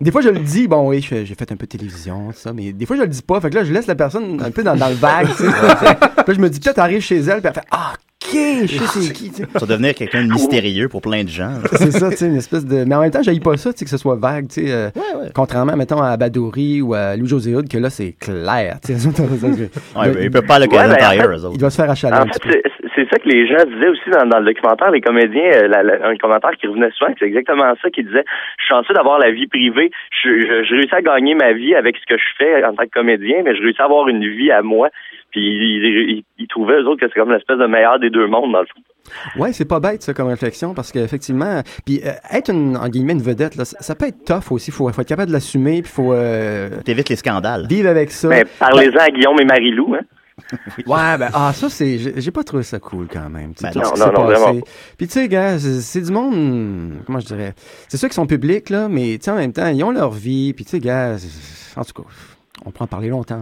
des fois, je le dis, bon, oui, je fais- j'ai fait un peu de télévision, tout ça, mais des fois, je le dis pas. Fait que là, je laisse la personne un peu dans, dans le vague, tu sais. Puis là, je me dis, peut-être, arrive chez elle, puis elle fait, ah, ok, je sais c'est qui, tu sais. Ça va devenir *laughs* quelqu'un de mystérieux pour plein de gens. C'est ça, tu sais, une espèce de. Mais en même temps, j'aille pas ça, tu sais, que ce soit vague, tu sais. euh, Contrairement, mettons, à Badouri ou à Lou José Hood, que là, c'est clair, tu sais. Ouais, ben, ils peuvent pas le Ouais, ben, en Canadian fait, Tire, eux autres. Il doit se faire achaler. En fait, c'est- c'est ça que les gens disaient aussi dans, dans le documentaire, les comédiens, euh, la- la- un commentaire qui revenait souvent, c'est exactement ça qu'ils disaient. Je suis chanceux d'avoir la vie privée. Je, je, je réussis à gagner ma vie avec ce que je fais en tant que comédien, mais je réussis à avoir une vie à moi. Puis ils, ils- ils trouvaient, eux autres, que c'est comme l'espèce de meilleur des deux mondes, dans le fond. Ouais, c'est pas bête, ça, comme réflexion, parce qu'effectivement, puis euh, être une, en guillemets, une vedette, là, ça, ça peut être tough aussi. Faut, faut être capable de l'assumer, puis faut. euh, T'évites les scandales. Vivre avec ça. Mais Ben, parlez-en à Guillaume et Marie-Lou, hein. Ouais, ben, ah, ça, c'est. j'ai- J'ai pas trouvé ça cool quand même. tu sais, Ben tout non, ce qui non, s'est non, passé. vraiment pas. Puis, tu sais, gars, c'est c'est du monde. hmm, Comment je dirais C'est sûr qu'ils sont publics, là, mais, tu sais, en même temps, ils ont leur vie. Puis, tu sais, gars, c'est- en tout cas, on peut en parler longtemps.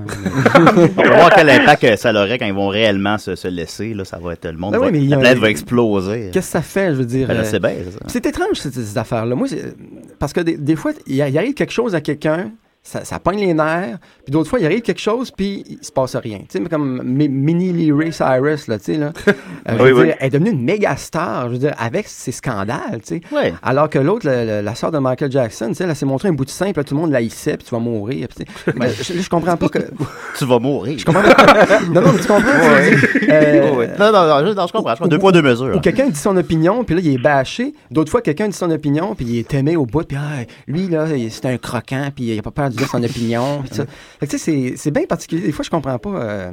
On *laughs* va voir quel impact euh, ça aurait quand ils vont réellement se, se laisser. Là, ça va être le monde. Ben va- oui, mais il y la a- planète va exploser. Qu'est-ce que ça fait, je veux dire? Ben, je euh, sais bien, c'est ça. C'est étrange, cette, cette affaire-là. Moi, c'est- parce que des, des fois, il y a- il arrive quelque chose à quelqu'un, ça, ça pogne les nerfs, puis d'autres fois, il arrive quelque chose, puis il se passe rien. Tu sais, comme Mi- Minnie Lee Cyrus, là, tu sais, *laughs* là. Euh, je veux Oui, oui. dire, elle est devenue une méga star, je veux dire, avec ses scandales, tu sais. Alors que l'autre, le- le- la sœur de Michael Jackson, tu sais, elle s'est montrée un bout de sein, puis là, tout le monde la haïssait, puis tu vas mourir, puis *laughs* tu sais. Ben, Ouais. je, je comprends pas que... Tu vas mourir. *laughs* *laughs* Je comprends Non, non, mais tu comprends, tu veux dire, euh, Non, non, non, je, non, je comprends. je comprends. Deux poids, deux mesures. ou quelqu'un dit son opinion, puis là, il est bâché. D'autres fois, quelqu'un dit son opinion, puis il est aimé au bout, puis ah, lui, là, il- c'est un croquant, puis il a pas peur de dire son opinion. puis tout ça. Fait que, tu sais, c'est- c'est bien particulier. Des fois, je comprends pas. euh,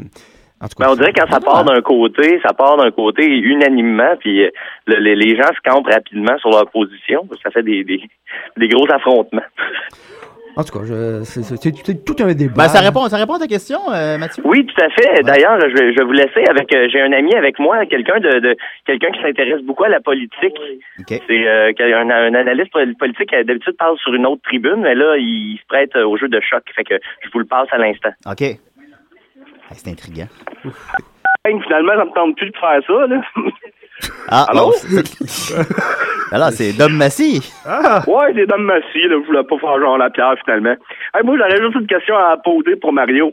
en tout cas. Ben, on dirait que quand Ah. ça part d'un côté, ça part d'un côté unanimement, puis euh, le- le- les gens se campent rapidement sur leur position. Ça fait des, des, des gros affrontements. En tout cas, je- c'est- c'est c'est- c'est tout un débat. Ben, ça, répond, ça répond à ta question, euh, Mathieu. Oui, tout à fait. D'ailleurs, je, vais- je vais vous laisser avec. euh, J'ai un ami avec moi, quelqu'un de, de- quelqu'un qui s'intéresse beaucoup à la politique. C'est euh, quel- un, un analyste pol- politique qui d'habitude parle sur une autre tribune, mais là, il, se prête euh, au jeu de choc. Fait que je vous le passe à l'instant. OK. Hey, c'est intriguant. Finalement, ça me tente plus de faire ça, là. Ah, Allô? bon, c'est- *laughs* Alors, c'est Dom Massy. Ah. Ouais, c'est Dom Massy, là. Je voulais pas faire genre la pierre, finalement. Hey, moi, j'aurais juste une question à poser pour Mario.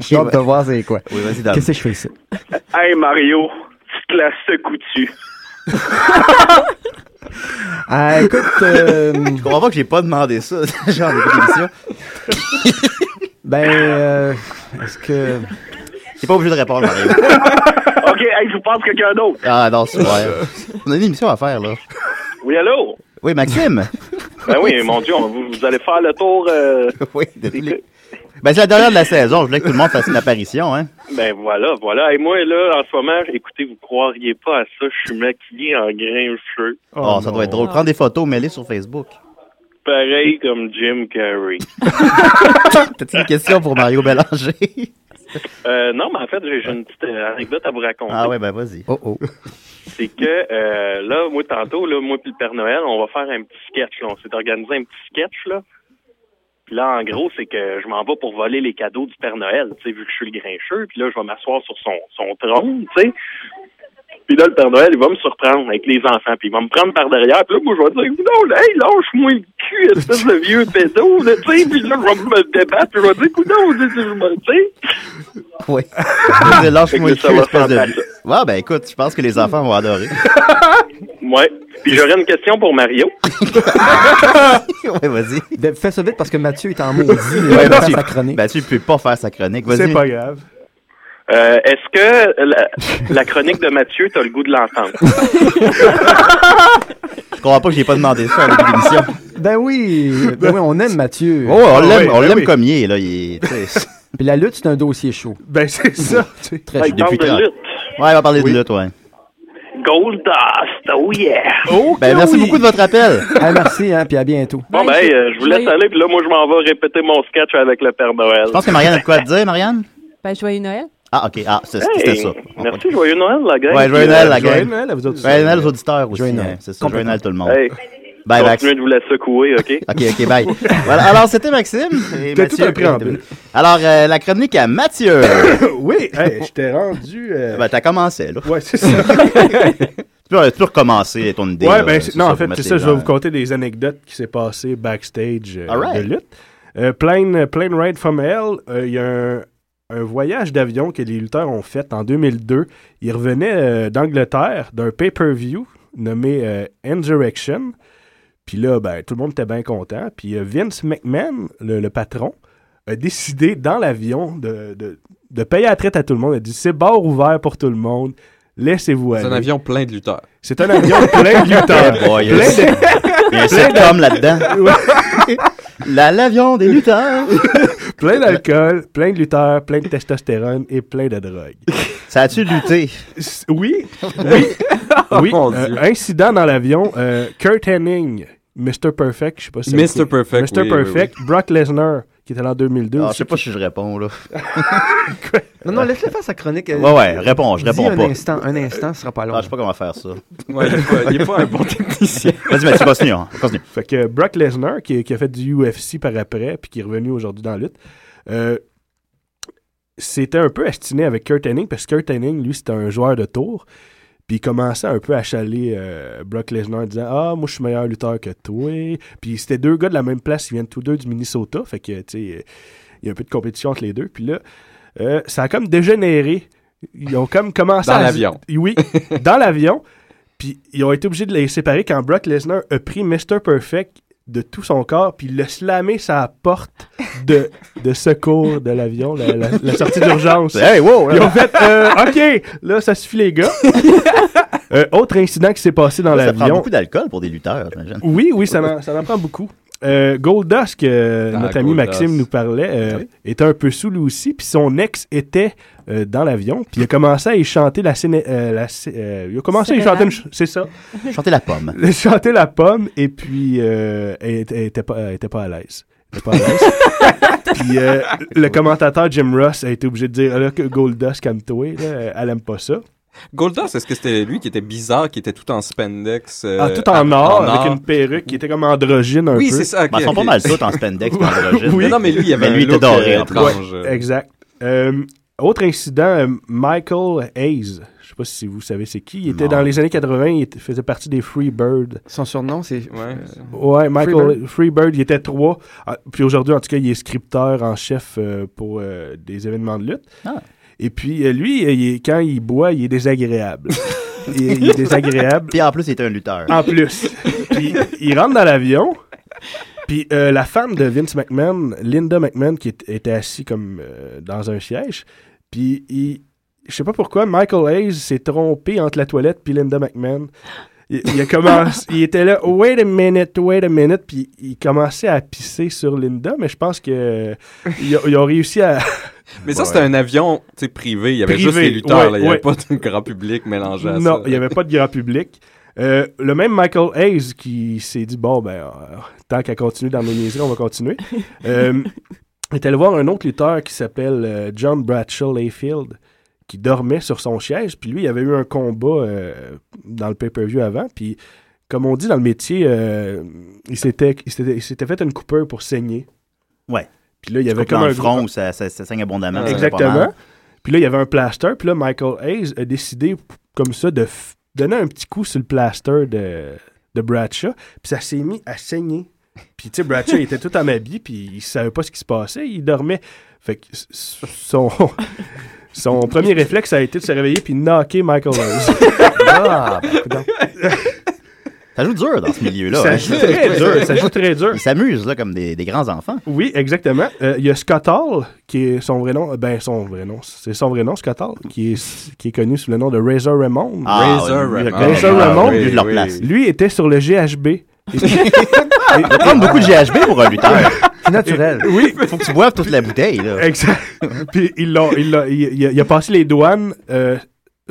J'ai hâte de voir c'est quoi. Oui, vas-y, Qu'est-ce que je fais ici? Hey, Mario, tu te la secoues-tu? Ah, écoute. euh, *laughs* Je comprends pas que j'ai pas demandé ça, *laughs* genre de d'émission. ben, euh, est-ce que. *laughs* T'es pas obligé de répondre, Mario. *laughs* OK, OK, hey, je vous passe quelqu'un d'autre. Ah non, c'est vrai. On a une émission à faire, là. Oui, allô? Oui, Maxime. Ben oui, mon Dieu, on- vous, vous allez faire le tour. euh, *laughs* Oui, de tous les- Ben, c'est la dernière de la saison. Je voulais que tout le monde fasse une apparition, hein. Ben voilà, voilà. Et moi, là, en ce moment, écoutez, vous croiriez pas à ça, je suis maquillé en grincheux. Oh, ça doit être drôle. Prends des photos, mets-les sur Facebook. *laughs* Pareil comme Jim Carrey. T'as-tu une question pour Mario *laughs* Bélanger? Euh, non, mais en fait, j'ai j'ai une petite euh, anecdote à vous raconter. Ah ouais, ben *laughs* vas-y. Oh oh. C'est que euh, là, moi, tantôt, là, moi puis le Père Noël, on va faire un petit sketch. Là. On s'est organisé un petit sketch, là. Puis là, en gros, c'est que je m'en vais pour voler les cadeaux du Père Noël, tu sais, vu que je suis le grincheux. Puis là, je vais m'asseoir sur son, son trône, tu sais. Puis là, le Père Noël, il va me surprendre avec les enfants. Puis il va me prendre par derrière. Puis là, moi, je vais dire, non, hey, lâche-moi le cul, espèce de vieux pédo, là, tu sais. Puis là, je vais me débattre. Puis je vais dire, coudonc, tu sais, je me- tu sais. Oui. Vas-y, Lâche-moi Fait le que ça cul, va espèce de... faire Ouais, ben écoute, je pense que les enfants vont *laughs* adorer. *laughs* Ouais. Puis j'aurais une question pour Mario. ouais, vas-y. De- Ben, Fais ça vite parce que Mathieu est en maudit. Il Ouais, va faire Mathieu. sa chronique. Mathieu peut pas faire sa chronique. Vas-y. C'est pas grave. Euh, Est-ce que la, la chronique de Mathieu, t'as le goût de l'entendre? Ah, Je comprends pas que j'ai pas demandé ça à l'émission. *laughs* Ben oui, ben oui, on aime Mathieu. Oh, on l'aime, ben on l'aime comme il est, là. Il est, tu *laughs* sais, Puis la lutte, c'est un dossier chaud. Ben *laughs* c'est ça. Très Ah, chaud. il parle de tard. lutte. Ouais, on va parler de Ben, lutte, ouais. Gold Dust, oh yeah! Ben, merci beaucoup de votre appel. Ah, merci, hein, puis à bientôt. Bon, ben, euh, je vous laisse aller, puis là, moi, je m'en vais répéter mon sketch avec le Père Noël. Je pense que Marianne a de quoi à te dire, Marianne? Ben, joyeux Noël. Ah, ok. Ah, c'est- Hey, c'était ça. Merci, joyeux Noël, la gang. Ouais, joyeux Noël, la gang. Joyeux Noël à vous autres. Joyeux Noël aux auditeurs aussi. Joyeux Noël. hein, C'est ça, joyeux Noël tout le monde. Hey, Bye, Max. continuez de vous la secouer, OK? OK, OK, bye. Voilà, alors, c'était Maxime. et T'as tout Mathieu. un préambule. Alors, euh, la chronique à Mathieu. oui, hey, je t'ai rendu. euh, ben, t'as commencé, là. Ouais, c'est ça. Tu peux, tu peux recommencer ton idée. Ouais, là, ben, c'est c'est- non, ça, en fait, pour c'est mettre ça, les je vais gens- vous conter des anecdotes qui s'est passé backstage euh, All right. de lutte. Euh, Plane, Plane Ride from Hell, euh, il y a un, un voyage d'avion que les lutteurs ont fait en 2002. Ils revenaient euh, d'Angleterre d'un pay-per-view nommé euh, Insurrection. Puis là, ben, tout le monde était bien content. Puis euh, Vince McMahon, le, le patron, a décidé dans l'avion de, de, de payer la traite à tout le monde. Il a dit c'est bar ouvert pour tout le monde. Laissez-vous aller. C'est un avion plein de lutteurs. C'est un avion plein de lutteurs. Eh boy, Plein il y a- de- *laughs* il y a un plein de- sitcom là-dedans. Ouais. *laughs* La- L'avion des lutteurs. plein d'alcool, plein de lutteurs, plein de testostérone et plein de drogue. Ça a-tu lutté? Oui. Oui. oui. Oh Mon euh, Dieu. incident dans l'avion. euh, Kurt Henning, Mr. Perfect, je sais pas si ça Mr. vous- Perfect, Mr. oui, Perfect, Brock Lesnar, qui était là en 2002. Ah, je aussi, sais pas qui- si je réponds, là. Non, non, laisse-le faire sa chronique. euh, Ouais, ouais, réponds, je dis réponds un pas. instant, un instant, ce sera pas long. Ah, je sais pas comment faire ça. Ouais, il est pas- il est pas un bon *laughs* technicien. Vas-y, Mathieu, continue. hein, continue. Fait que Brock Lesnar, qui, qui a fait du UFC par après, puis qui est revenu aujourd'hui dans la lutte, euh, c'était un peu astiné avec Kurt Hennig, parce que Kurt Hennig, lui, c'était un joueur de tour. Puis il commençait un peu à chaler euh, Brock Lesnar en disant Ah, moi, je suis meilleur lutteur que toi. Puis c'était deux gars de la même place, ils viennent tous deux du Minnesota. Fait que, tu sais, il y a un peu de compétition entre les deux. Puis là, euh, ça a comme dégénéré. Ils ont comme commencé Dans à- l'avion. Oui, dans l'avion. Puis ils ont été obligés de les séparer quand Brock Lesnar a pris Mr. Perfect de tout son corps, puis il l'a slamé sa porte de, de secours de l'avion, la, la- la sortie d'urgence. Hey, wow! Ils ont fait euh, OK, là, ça suffit, les *laughs* gars. Euh, autre incident qui s'est passé dans Ça prend l'avion. beaucoup d'alcool pour des lutteurs, j'imagine. Oui, oui, ça en, ça en prend beaucoup. Euh, Goldust, que Ah, notre ami Goldust. Maxime nous parlait, euh, était un peu sous lui aussi. Puis son ex était euh, dans l'avion. Puis il a commencé à y chanter la. Séné- euh, la sé- euh, il a commencé à y chanter une. ch- C'est ça. Chanter la pomme. Il a chanté la pomme. Et puis, euh, elle, était- elle était pas, elle était pas à l'aise. Elle était pas à *laughs* l'aise. puis euh, le commentateur Jim Ross a été obligé de dire Ah là, que Goldust, calme-toi. là, Elle aime pas ça. Goldust, est-ce que c'était lui qui était bizarre, qui était tout en spandex? euh, Ah, tout en or, en avec une perruque qui était comme androgyne un Oui, peu. c'est ça. ok, Ben, ils sont pas ok. mal *laughs* tous en *laughs* spandex et en hein. androgyne. Mais Non, mais lui, il avait Mais un lui, il était look, doré, euh, en plus. étrange. Exact. Euh, autre incident, euh, Michael Hayes. Je sais pas si vous savez c'est qui. Il était Non. dans les années 80, il était- faisait partie des Freebird. Son surnom, c'est. euh, Ouais. Ouais, Michael Freebird. Freebird, il était trois. Ah, Puis aujourd'hui, en tout cas, il est scripteur en chef euh, pour euh, des événements de lutte. Ah. Et puis, euh, lui, euh, il est- quand il boit, il est désagréable. il, est- il est désagréable. Puis en plus, il était un lutteur. En plus. *laughs* Puis il rentre dans l'avion. Puis euh, la femme de Vince McMahon, Linda McMahon, qui est- était assise comme euh, dans un siège, puis il- je sais pas pourquoi, Michael Hayes s'est trompé entre la toilette puis Linda McMahon. Il, il a commencé, il était là, wait a minute, wait a minute, puis il commençait à pisser sur Linda, mais je pense que euh, ils, ont- ils ont réussi à. Mais ça, c'était un avion tu sais, privé. Il y avait Privé, juste les lutteurs. ouais, là. Il n'y ouais. avait pas de grand public mélangé à Non, ça. il n'y avait pas de grand public. Euh, le même Michael Hayes qui s'est dit bon ben euh, tant qu'à continuer dans mes niaiseries on va *laughs* continuer euh, est allé voir un autre lutteur qui s'appelle euh, John Bradshaw Layfield qui dormait sur son siège puis lui il avait eu un combat euh, dans le pay-per-view avant puis comme on dit dans le métier euh, il s'était il s'était il s'était fait une coupeur pour saigner ouais puis là il y avait Coupe dans comme un le front, gros- ça, ça, ça saigne abondamment. ça fait Euh, pas mal. Exactement. Puis là, il y avait un plaster. Puis là, Michael Hayes a décidé, comme ça, de f- donner un petit coup sur le plaster de, de Bradshaw. Puis ça s'est mis à saigner. Puis, tu sais, Bradshaw, il était tout en habit. Puis il savait pas ce qui se passait. Il dormait. Fait que s- son, *laughs* son premier réflexe a été de se réveiller puis de knocker Michael Hayes. *laughs* Ah, ben, coudonc. Ça joue dur dans ce milieu-là. Ça hein. joue très dur, ça joue très dur. Ils s'amusent là, comme des, des grands enfants. Oui, exactement. Euh, Il y a Scott Hall, qui est son vrai nom. Ben, son vrai nom. C'est son vrai nom, Scott Hall, qui est, qui est connu sous le nom de Razor Ramon. Ah, Razor oui, Ramon. Razor Ah, Ramon. oui, oui. De leur place. Lui était sur le GHB. Et- *laughs* Il va prendre beaucoup de GHB pour un lutteur. C'est naturel. *laughs* *laughs* Oui. Faut que tu boives toute la bouteille. Là. Exact. Puis il, l'a- il, l'a- il- il a, il a passé les douanes euh,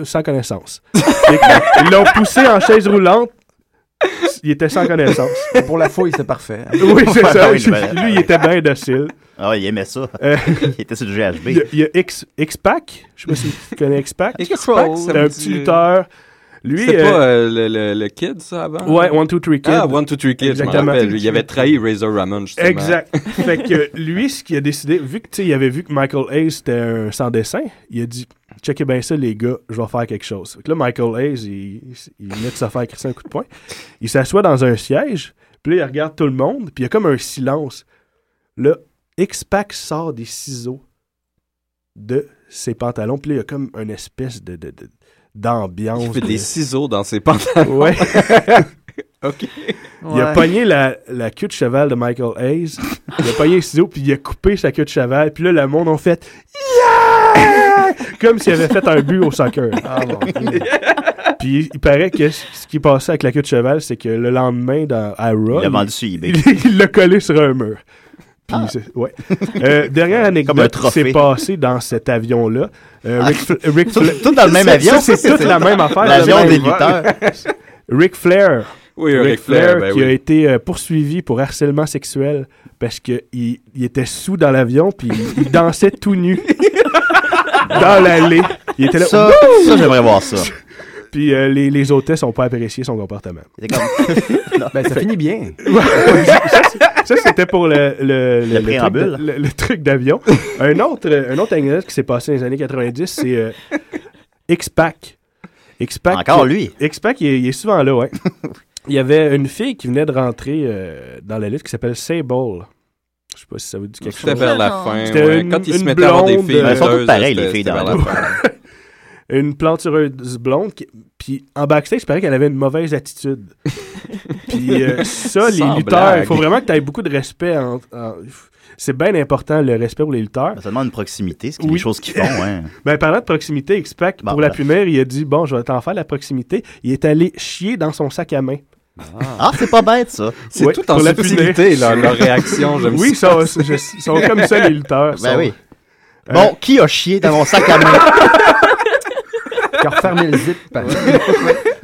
sans connaissance. Ils- Ils l'ont poussé en chaise roulante. Il était sans connaissance. Pour la fouille, c'est parfait. Oui, c'est ça. oui, ben, Lui, il était bien docile. Euh, Ah, il aimait ça. *laughs* il était sur le GHB. Il y a, il y a X, X-Pac. Je sais pas si tu connais X-Pac. X-Pac, ça c'est un me petit dit- euh, lutteur. Lui, C'était euh, pas euh, le, le, le Kid, ça, avant? euh, Ouais, One, Two, Three Kid. Ah, One, Two, Three Kid, je m'en Exactement. rappelle. Il avait trahi Razor Ramon, justement. Exact. fait que lui, ce qu'il a décidé, vu que tu sais, il avait vu que Michael Hayes était un sans dessin, il a dit checkez bien ça, les gars, je vais faire quelque chose. Fait que là, Michael Hayes, il, il venait de se faire crisser un coup de poing. Il s'assoit dans un siège, puis là, il regarde tout le monde, puis il y a comme un silence. Là, X-Pac sort des ciseaux de ses pantalons, puis là, il y a comme une espèce de. de- de- d'ambiance. Il fait de- des ciseaux dans ses *laughs* pantalons. Ouais. OK. Il a pogné la, la queue de cheval de Michael Hayes. Il a pogné les ciseaux, puis il a coupé sa queue de cheval. Puis là, le monde a fait Yeah! Comme s'il avait fait un but au soccer. *laughs* Puis il paraît que ce ce qui passait avec la queue de cheval, c'est que le lendemain, dans, à Raw, Il l'a vendu sur eBay. il- il l'a collé sur un mur. Puis c'est- ouais. Euh, dernière Comme un anecdote qui trophée. s'est passée dans cet avion-là. Euh, Ric Fla- Ric Tout- Fla- tout dans le même Ça, avion? C'est toute la même affaire. L'avion le même des vol. lutteurs. Ric Flair. Oui, Ric Flair, ben qui a oui. été euh, poursuivi pour harcèlement sexuel parce qu'il il il était sous dans l'avion puis il, il dansait tout *laughs* nu dans l'allée. Il était là. Ça- Wouh! ça, j'aimerais voir ça. Puis euh, les, les hôtesses n'ont pas apprécié son comportement. Ben, ça finit bien. Ça, c'était pour le, le, le- le truc préambule. de- le- le truc d'avion. un autre, euh, un autre anecdote qui s'est passé dans les années 90, c'est euh, X-Pac. X-Pac. Encore lui. X-Pac, il, est- il est souvent là, ouais. *laughs* il y avait une fille qui venait de rentrer euh, dans la lutte qui s'appelle Sable. Je sais pas si ça vous dit quelque chose. C'était vers la fin, ouais. Quand ils se mettaient à avoir des filles euh, Elles sont toutes lutteuses, pareilles, les c'était- filles c'était dans vers la la *laughs* fin. Une plantureuse blonde, qui- puis en backstage, il paraît qu'elle avait une mauvaise *laughs* attitude. puis euh, ça, les Sans lutteurs, il faut blague. vraiment que tu aies beaucoup de respect. en- en- c'est bien important, le respect pour les lutteurs. Ça demande une proximité, ce qui est Oui. des choses qu'ils font. Hein. Ben, parlant de proximité, X-Pac, pour ben. la primaire, il a dit Bon, je vais t'en faire la proximité. Il est allé chier dans son sac à main. Ah, c'est pas *laughs* bête, ça. C'est Ouais, tout en pour la subtilité, punir. leur- leur réaction, j'aime *laughs* Oui, ça. ça, je- ils sont comme ça, les lutteurs, Ben sont- oui. Euh, Bon, qui a chié dans mon sac à main? Qui a refermé le zip. *laughs* *laughs* Bah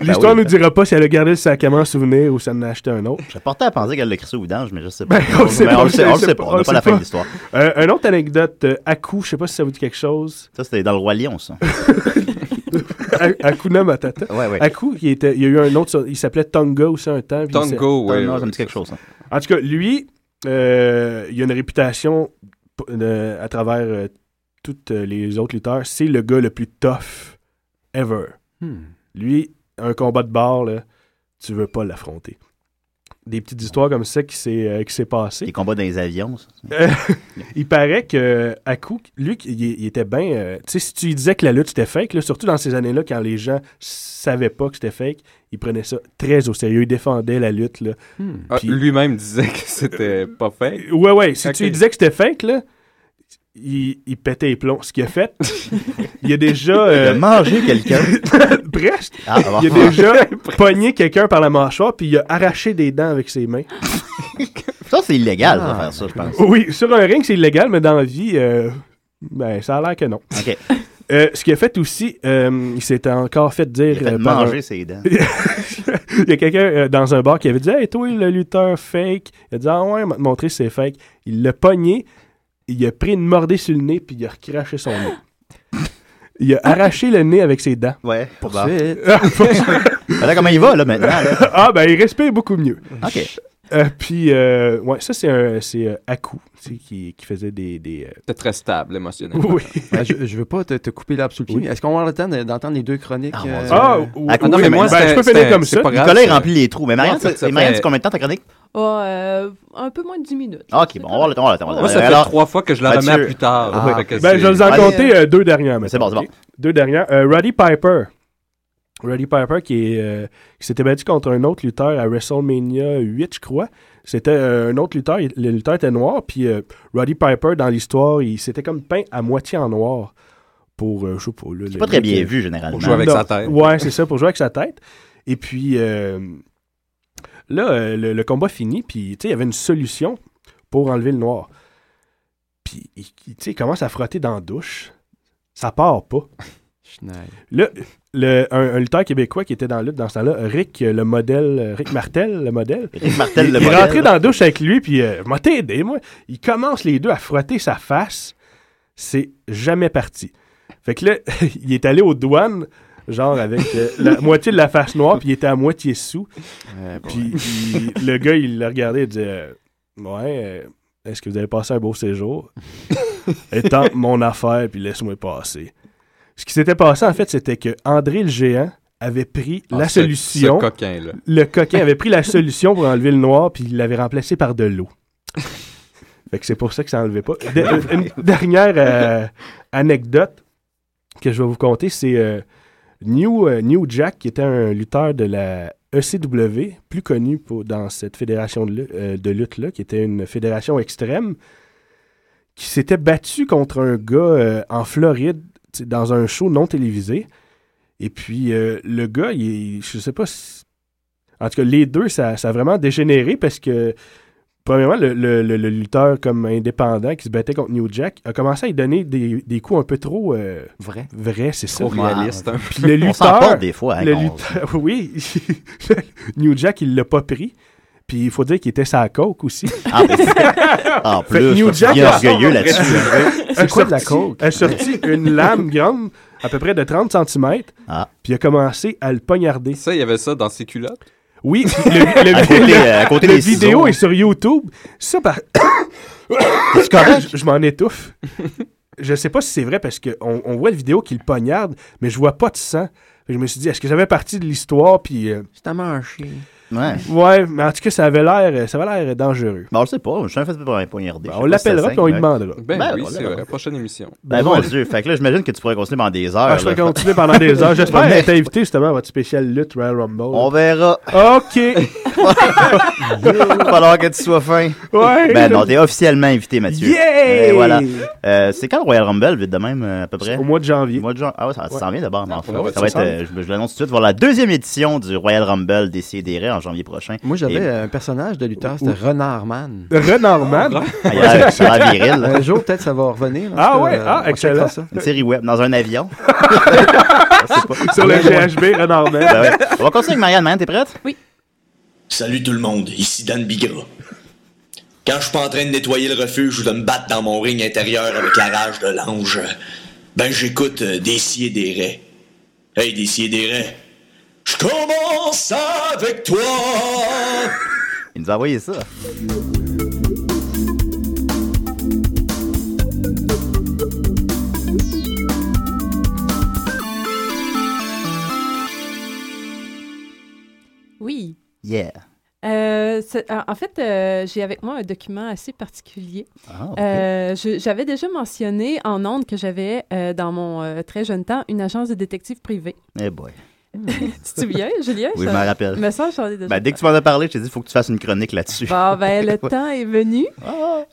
L'histoire nous dira pas si elle a gardé le sac à main en souvenir ou si elle en a acheté un autre. Ben Je portais à penser qu'elle l'a crissé au vidange, mais je sais pas. Ben, on le sait Mais pas, on le sait, on le sait pas. On n'a le pas la sait fin de l'histoire. Euh, une autre anecdote, euh, Aku, je sais pas si ça vous dit quelque chose. Ça, c'était dans le Roi Lion, ça. A- Akuna Matata. Ouais, ouais. Aku, il, était, il y a eu un autre, sur- il s'appelait Tonga aussi un temps. puis il s'est- Tongo, ouais. ça me dit quelque chose. hein. ça. En tout cas, lui, euh, il a une réputation p- de- à travers euh, toutes euh, les autres lutteurs. C'est le gars le plus tough ever. Hmm. Lui, un combat de bar, là, tu veux pas l'affronter. Des petites histoires comme ça qui s'est euh, qui s'est passé. Les combats dans les avions, ça. Euh, il paraît que à coup, lui, il, il était bien. euh, tu sais, si tu lui disais que la lutte c'était fake, là, surtout dans ces années-là, quand les gens savaient pas que c'était fake, il prenait ça très au sérieux. Il défendait la lutte. Là. Ah, Puis- Lui-même disait que c'était pas fait. Ouais, ouais. Si tu lui disais que c'était fake, là, il, il pétait les plombs. Ce qu'il a fait, il a déjà. euh, Il a mangé quelqu'un. *laughs* Presque. Ah, bon. Il a déjà pogné quelqu'un par la mâchoire, puis il a arraché des dents avec ses mains. Ça, c'est illégal Ah. de faire ça, je pense. Oui, sur un ring, c'est illégal, mais dans la vie, euh, ben, ça a l'air que non. OK. Euh, ce qu'il a fait aussi, euh, il s'était encore fait dire. Il a fait euh, par manger un- ses dents. il y a quelqu'un euh, dans un *laughs* bar qui avait dit Hey, toi, le lutteur fake. Il a dit Ah ouais, il m'a montré c'est fake. Il l'a pogné, il a pris une mordée sur le nez, puis il a recraché son nez. Il a arraché le nez avec ses *laughs* dents. Ouais, bon. Poursuite. Alors, comment il va, là, *laughs* maintenant, là? Ah, ben, il respire beaucoup mieux. OK. Euh, puis, euh, ouais, ça, c'est un c'est, euh, Aku, tu sais, qui, qui faisait des. des *laughs* euh, C'était très stable émotionnellement. Oui. Ben, je, je veux pas te, te couper l'arbre sous le pied, Oui. mais est-ce qu'on va avoir le temps de- d'entendre les deux chroniques? mon euh, Dieu. Ah, euh, ou- Ah, non, oui, mais moi, ben, c'est- je peux finir c'est- comme c'est ça. pas grave, Nicolas, il c'est- remplit les trous. Mais Marianne, Moi, ça- c'est- ça Marianne, fait- c'est combien de temps ta chronique? Ah, euh, un peu moins de 10 minutes. Ah, OK, bon, on va le temps. on va le temps, on va le Moi, Euh, temps. ça fait Alors, trois fois que je la remets à plus tard. Ah. Fait que Ben, c'est- je vais vous en Allez. compter euh, deux dernières. C'est bon, c'est bon. Deux dernières. Euh, Roddy Piper. Roddy Piper qui, est, euh, qui s'était battu contre un autre lutteur à WrestleMania 8, je crois. C'était euh, un autre lutteur. il- Le lutteur était noir. Puis euh, Roddy Piper, dans l'histoire, il s'était comme peint à moitié en noir pour, euh, je sais pas... là, le- pas très le- bien vu, généralement. Pour jouer avec Non. sa tête. Ouais, c'est ça, pour jouer avec sa tête. Et puis, euh, là, euh, le, le combat fini, puis, tu sais, il y avait une solution pour enlever le noir. Puis, il- il- tu sais, il commence à frotter dans la douche. Ça part pas. Schneid. Là, le, un, un lutteur québécois qui était dans la lutte dans ce temps-là, Rick, euh, le modèle, euh, Rick Martel, le modèle. Rick Martel, il, le il est modèle. rentré dans la douche avec lui, puis euh, m'a aidé, moi. Il commence les deux à frotter sa face. C'est jamais parti. Fait que là, *laughs* il est allé aux douanes, genre avec euh, *laughs* la moitié de la face noire, puis il était à moitié sous. Puis il- le gars, il l'a regardé et dit euh, Ouais, euh, est-ce que vous avez passé un *laughs* beau séjour Étant mon affaire, puis laisse-moi passer. Ce qui s'était passé, en fait, c'était que André le géant avait pris Ah, la ce- solution. ce coquin-là. Le coquin avait pris la solution pour enlever le noir, puis il l'avait remplacé par de l'eau. *laughs* Fait que c'est pour ça que ça n'enlevait pas. De- euh, une dernière euh, anecdote que je vais vous conter, c'est euh, New, euh, New Jack, qui était un lutteur de la ECW, plus connu pour, dans cette fédération de, lu- euh, de lutte-là, qui était une fédération extrême, qui s'était battu contre un gars euh, en Floride tu sais, dans un show non télévisé. Et puis, euh, le gars, il, est- je sais pas si- En tout cas, les deux, ça, ça a vraiment dégénéré parce que, premièrement, le, le- le- le lutteur comme indépendant qui se battait contre New Jack a commencé à lui donner des, des coups un peu trop... euh, Vrai. Vrai, c'est ça. Trop réaliste, un Puis peu. le On s'en lutteur- porte des fois, hein, le qu'on- lutteur- *laughs* oui. New Jack, il l'a pas pris. Puis il faut dire qu'il était sa coke *laughs* aussi. Ah, ben, *laughs* en Fait que plus, New faut Jack bien a- orgueilleux là-dessus. a hein. C'est quoi de la sorti- coke? A *laughs* sorti une lame grande, à peu près de 30 cm. Ah. Puis il a commencé à le poignarder. Ça, il y avait ça dans ses culottes. Oui, puis le, *laughs* le- À *laughs* côté- euh, le- à côté le des vidéo ciseaux. est sur YouTube. Ça, par... *coughs* je, je m'en étouffe. Je sais pas si c'est vrai parce qu'on on voit la vidéo qui le poignarde, mais je vois pas de sang. Je me suis dit, est-ce que ça fait partie de l'histoire? Puis. euh, C'était marché. Ouais. Ouais, mais en tout cas, ça avait l'air, euh, ça avait l'air dangereux. Ben, Ben, on le sait pas. Je suis un fait pour un poignardé. on l'appellera puis on lui demandera. Ben, Ben, oui, voilà. c'est vrai. Prochaine émission. Ben, mon Dieu. Fait que là, j'imagine que tu pourrais continuer pendant des heures. Ah, je vais là. continuer pendant des heures. *laughs* J'espère Mais- être invité justement à votre spécial lutte Royal Rumble. On verra. *laughs* OK. falloir que tu sois fin. Ouais. Ben non, t'es officiellement invité, Mathieu. Yeah! Et voilà. Euh, c'est quand le Royal Rumble, vite de même, euh, à peu près? Au mois de janvier. mois de janvier. Ah ouais, ça ça s'en vient d'abord, mais enfin, ouais, ça va être, ça euh, je, je l'annonce tout de suite, voilà la deuxième édition du Royal Rumble des CDR en janvier prochain. Moi, j'avais Et- un personnage de lutteur, c'était Ouh. Renard Man. Renard Man? Ah, il a l'air- ça a l'air viril. Un jour, peut-être, ça va revenir. En tout cas, euh, on checkera ça. Une série web dans *laughs* un avion. Sur le GHB, *laughs* Renard Man. Ben ouais. On va continuer avec Marianne. Marianne, t'es prête? Oui. Salut tout le monde, ici Dan Bigra. Quand je suis pas en train de nettoyer le refuge ou de me battre dans mon ring intérieur avec la rage de l'ange, ben j'écoute euh, des scies et des raies. Hey, des scies et des raies, je commence avec toi! Il nous a envoyé ça. Oui. Yeah. Euh, c'est- en en fait, euh, j'ai avec moi un document assez particulier. Ah, ok. Euh, je- j'avais déjà mentionné en ondes que j'avais, euh, dans mon euh, très jeune temps, une agence de détective privée. Eh boy. *laughs* tu te souviens, Julien? Oui, je m'en rappelle. Me semble que j'en ai déjà Ben, dès que tu m'en as parlé, je t'ai dit, il faut que tu fasses une chronique là-dessus. Bon, ben, le temps est venu.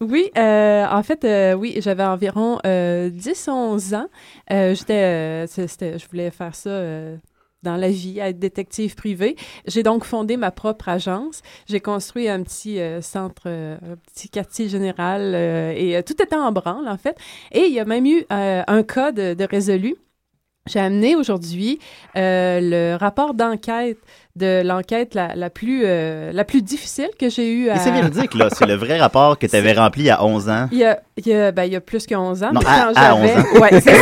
Oui, euh, en fait, euh, oui, j'avais environ euh, 10-11 ans. Euh, J'étais, euh, c'est- c'était- je voulais faire ça euh, dans la vie, être détective privé. J'ai donc fondé ma propre agence. J'ai construit un petit euh, centre, euh, un petit quartier général, euh, et euh, tout était en branle, en fait. Et il y a même eu euh, un code de résolu. J'ai amené aujourd'hui euh, le rapport d'enquête de l'enquête la, la plus, euh, la plus difficile que j'ai eue à... Et c'est véridique, là. C'est le vrai rapport que tu avais rempli à 11 ans. Il y a, il y a- ben, il y a plus que 11 ans. Non, mais quand à- à 11 j'avais- ans. Ouais, c'est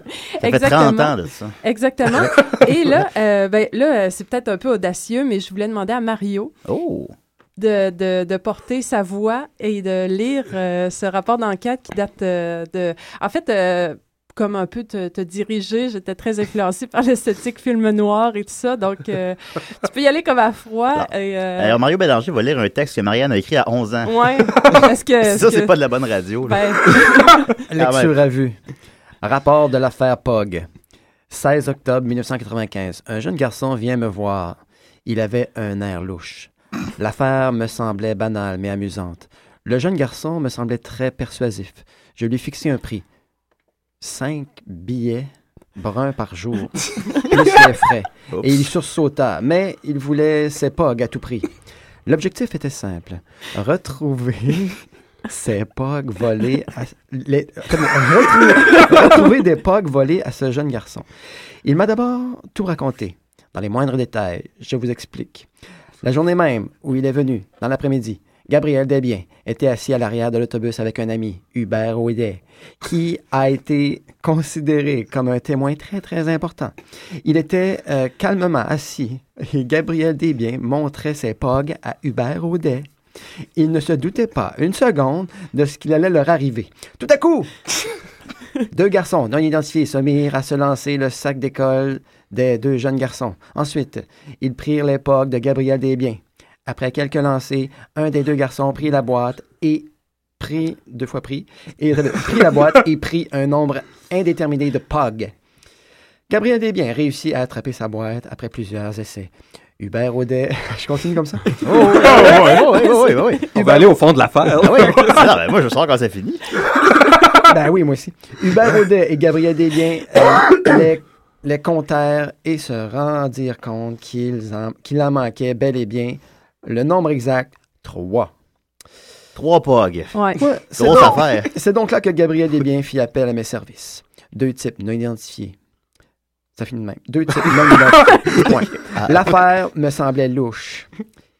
*laughs* ça. *laughs* fait 30 ans de ça. Exactement. Et là, euh, ben, là euh, c'est peut-être un peu audacieux, mais je voulais demander à Mario Oh! de, de, de porter sa voix et de lire euh, ce rapport d'enquête qui date euh, de... En fait... euh, comme un peu te, te diriger, j'étais très influencée par *laughs* l'esthétique film noir et tout ça, donc euh, tu peux y aller comme à froid. Ah. Et, euh, Alors, Mario Bélanger va lire un texte que Marianne a écrit à 11 ans. *laughs* Ouais. Parce que. ça, parce c'est que- pas de la bonne radio. là. Ben, Ah Lecture ouais. à vue. Rapport de l'affaire Pog. 16 octobre 1995. Un jeune garçon vient me voir. Il avait un air louche. L'affaire me semblait banale mais amusante. Le jeune garçon me semblait très persuasif. Je lui fixai un prix. 5 billets bruns par *laughs* jour, plus les frais. Oups. Et il sursauta, mais il voulait ses pogs à tout prix. L'objectif était simple retrouver ses pogs volés à. les- comme- retrouver, retrouver des pogs volés à ce jeune garçon. Il m'a d'abord tout raconté, dans les moindres détails. Je vous explique. La journée même où il est venu, dans l'après-midi, Gabriel Desbiens était assis à l'arrière de l'autobus avec un ami, Hubert Ouidet, qui a été considéré comme un témoin très, très important. Il était euh, calmement assis et Gabriel Desbiens montrait ses pogs à Hubert Ouidet. Il ne se doutait pas une seconde de ce qu'il allait leur arriver. Tout à coup, deux garçons non identifiés se mirent à se lancer le sac d'école des deux jeunes garçons. Ensuite, ils prirent les pogs de Gabriel Desbiens. Après quelques lancers, un des deux garçons prit la boîte et prit deux fois pris et euh, prit la boîte et prit un nombre indéterminé de pogs. Gabriel Desbiens réussit à attraper sa boîte après plusieurs essais. Hubert Audet, *laughs* je continue comme ça. Oh, *laughs* On va aller au fond de l'affaire. *laughs* Ah oui. Non, ben, moi, je sors quand c'est fini. ben oui, moi aussi. *laughs* Hubert Audet et Gabriel Desbiens euh, les, les comptèrent et se rendirent compte qu'ils en- qu'il en manquait bel et bien le nombre exact, trois. Trois pogs. *laughs* Ouais. c'est Grosse donc- affaire. C'est donc là que Gabriel Desbiens fit appel à mes services. Deux types non identifiés. Ça finit de même. Deux types non identifiés. Point. Ah. L'affaire me semblait louche.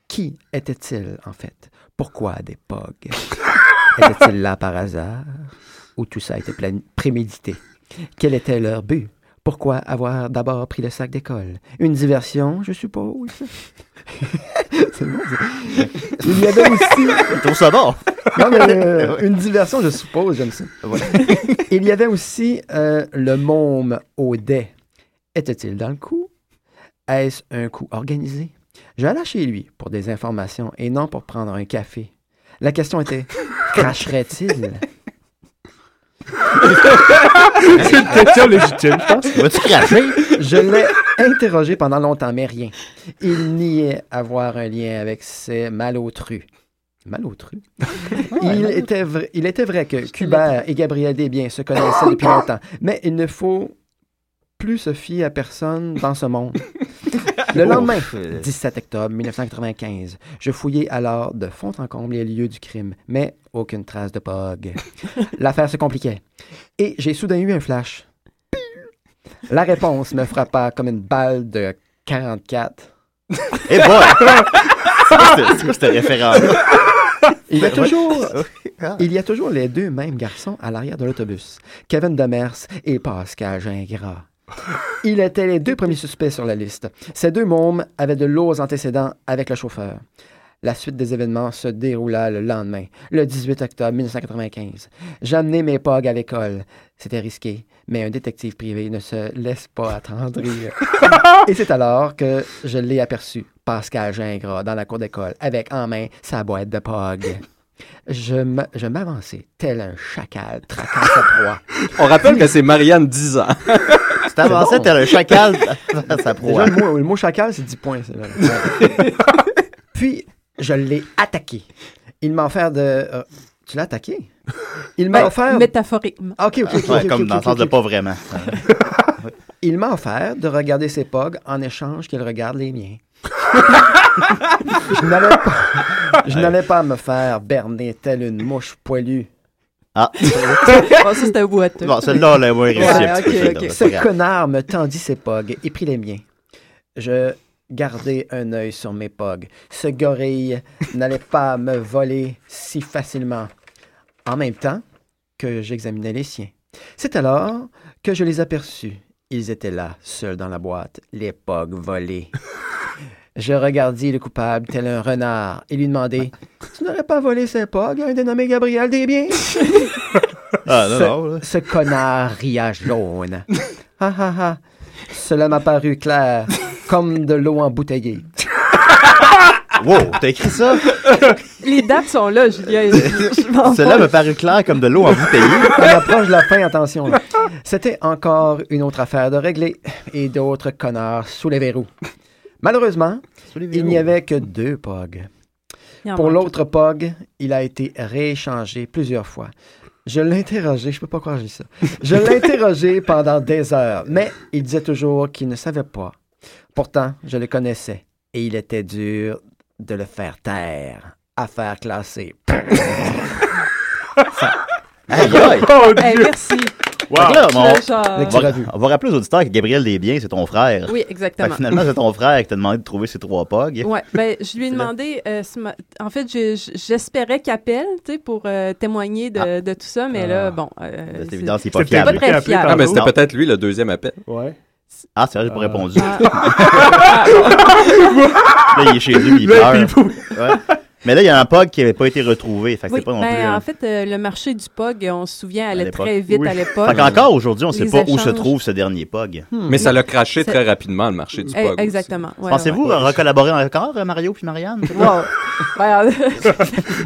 Qui était-il, en fait? Pourquoi des pogs? Était-il là par hasard? Ou tout ça était plan- prémédité? Quel était leur but? Pourquoi avoir d'abord pris le sac d'école? Une diversion, je suppose? C'est bon, ça. Il y avait aussi... Il trouve ça bon. Non, *laughs* mais euh, une diversion, je suppose, j'aime ça. *laughs* Il y avait aussi euh, le môme au dé. Était-il dans le coup? Est-ce un coup organisé? J'allais chez lui pour des informations et non pour prendre un café. La question *laughs* était, cracherait-il? C'est une question légitime, je pense. Vas-tu cracher? *laughs* Je l'ai interrogé pendant longtemps, mais rien. Il niait avoir un lien avec ses malautrus. Malautrus? Il était, vrai, il était vrai que Cubert et Gabriel Desbiens se connaissaient depuis longtemps, mais il ne faut plus se fier à personne dans ce monde. Le lendemain, Oh, euh. 17 octobre 1995, je fouillais alors de fond en comble les lieux du crime, mais aucune trace de Pog. L'affaire se compliquait. Et j'ai soudain eu un flash. La réponse me frappa comme une balle de 44. Eh boy! *laughs* C'est quoi ce- c'est quoi ce référent-là? Il y a toujours, Ah. il y a toujours les deux mêmes garçons à l'arrière de l'autobus, Kevin Demers et Pascal Gingras. Il était les deux premiers suspects sur la liste. Ces deux mômes avaient de lourds antécédents avec le chauffeur. La suite des événements se déroula le lendemain, le 18 octobre 1995. J'amenais mes pogs à l'école. C'était risqué, mais un détective privé ne se laisse pas attendrir. Et c'est alors que je l'ai aperçu, Pascal Gingras, dans la cour d'école, avec en main sa boîte de pogs. Je m- je m'avançais, tel un chacal traquant sa proie. On rappelle que c'est Marianne 10 ans. tu t'avançais, t'as le *laughs* chacal dans sa proie. *laughs* Déjà, le mot, le mot chacal, c'est 10 points. c'est là. *laughs* Puis, je l'ai attaqué. Il m'a offert de. euh, tu l'as attaqué? Il m'a Ben, offert. *laughs* Métaphoriquement. Ah, ok, ok, ok. Ouais, ok, comme ok, dans le ok, sens de ok. pas vraiment. Il m'a offert de regarder ses pogs en échange qu'il regarde les miens. je n'allais pas, je n'allais pas me faire berner telle une mouche poilue. Ah. Bon, ça, c'était boiteux. Bon, celle-là, on l'a moins réussi un petit peu, là, Ce c'est pas grave. connard me tendit ses pogs et prit les miens. Je gardais un œil sur mes pogs. Ce gorille n'allait pas me voler si facilement. En même temps que j'examinais les siens. C'est alors que je les aperçus. Ils étaient là, seuls dans la boîte, les pogs volés. Je regardai le coupable tel un renard et lui demandai Tu n'aurais pas volé ces pogs à un dénommé Gabriel Desbiens Ah, non, ce, non, ce connard ria jaune. Ah, ah, ah. Cela m'a paru clair, comme de l'eau embouteillée. Wow, t'as écrit ça? Les dates sont là, *laughs* Julien. Je- je m'en Cela vais. me paru clair comme de l'eau embouteillée. On approche de la fin, attention. là. C'était encore une autre affaire de régler et d'autres connards sous les verrous. Malheureusement, il n'y avait que deux pogs. Il en Pour manque. l'autre POG, il a été rééchangé plusieurs fois. Je l'ai interrogé, je peux pas croire que j'ai ça. Je *laughs* l'ai interrogé pendant des heures, mais il disait toujours qu'il ne savait pas. Pourtant, je le connaissais et il était dur de le faire taire, à faire classer. Aïe, Oh, aïe. Eh, merci. Fait que là, on, Le genre- on va, on va rappeler aux auditeurs que Gabriel Desbiens, c'est ton frère. Oui, exactement. Fait que finalement, c'est ton frère qui t'a demandé de trouver ces trois pogs. *laughs* Ouais, ben, je lui ai demandé. euh, ce ma- En fait, j'ai- j'espérais qu'il appelle tu sais, pour euh, témoigner de, de tout ça, mais là, bon. euh, Ah. C'est évident, c'est pas c'était fiable. pas très fiable. Ah, mais c'était Non. peut-être lui le deuxième appel. Ouais. Ah, c'est vrai, j'ai pas répondu. Ah, Là, il est chez lui, il Là, pleure. Ouais. Mais là, il y a un pog qui n'avait pas été retrouvé. Fait que Oui, *laughs* c'est pas non ben, plus. en fait, euh, le marché du POG, on se souvient, allait l'époque. très vite Oui. à l'époque. Fait qu'encore aujourd'hui, on sait Les pas où se échanges. trouve ce dernier pog. Hmm. Mais ça l'a craché C'est- très rapidement, le marché du Eh, POG. Exactement. ouais, Pensez-vous ouais. recollaborer encore, euh, Mario puis Marianne? Wow. Ben,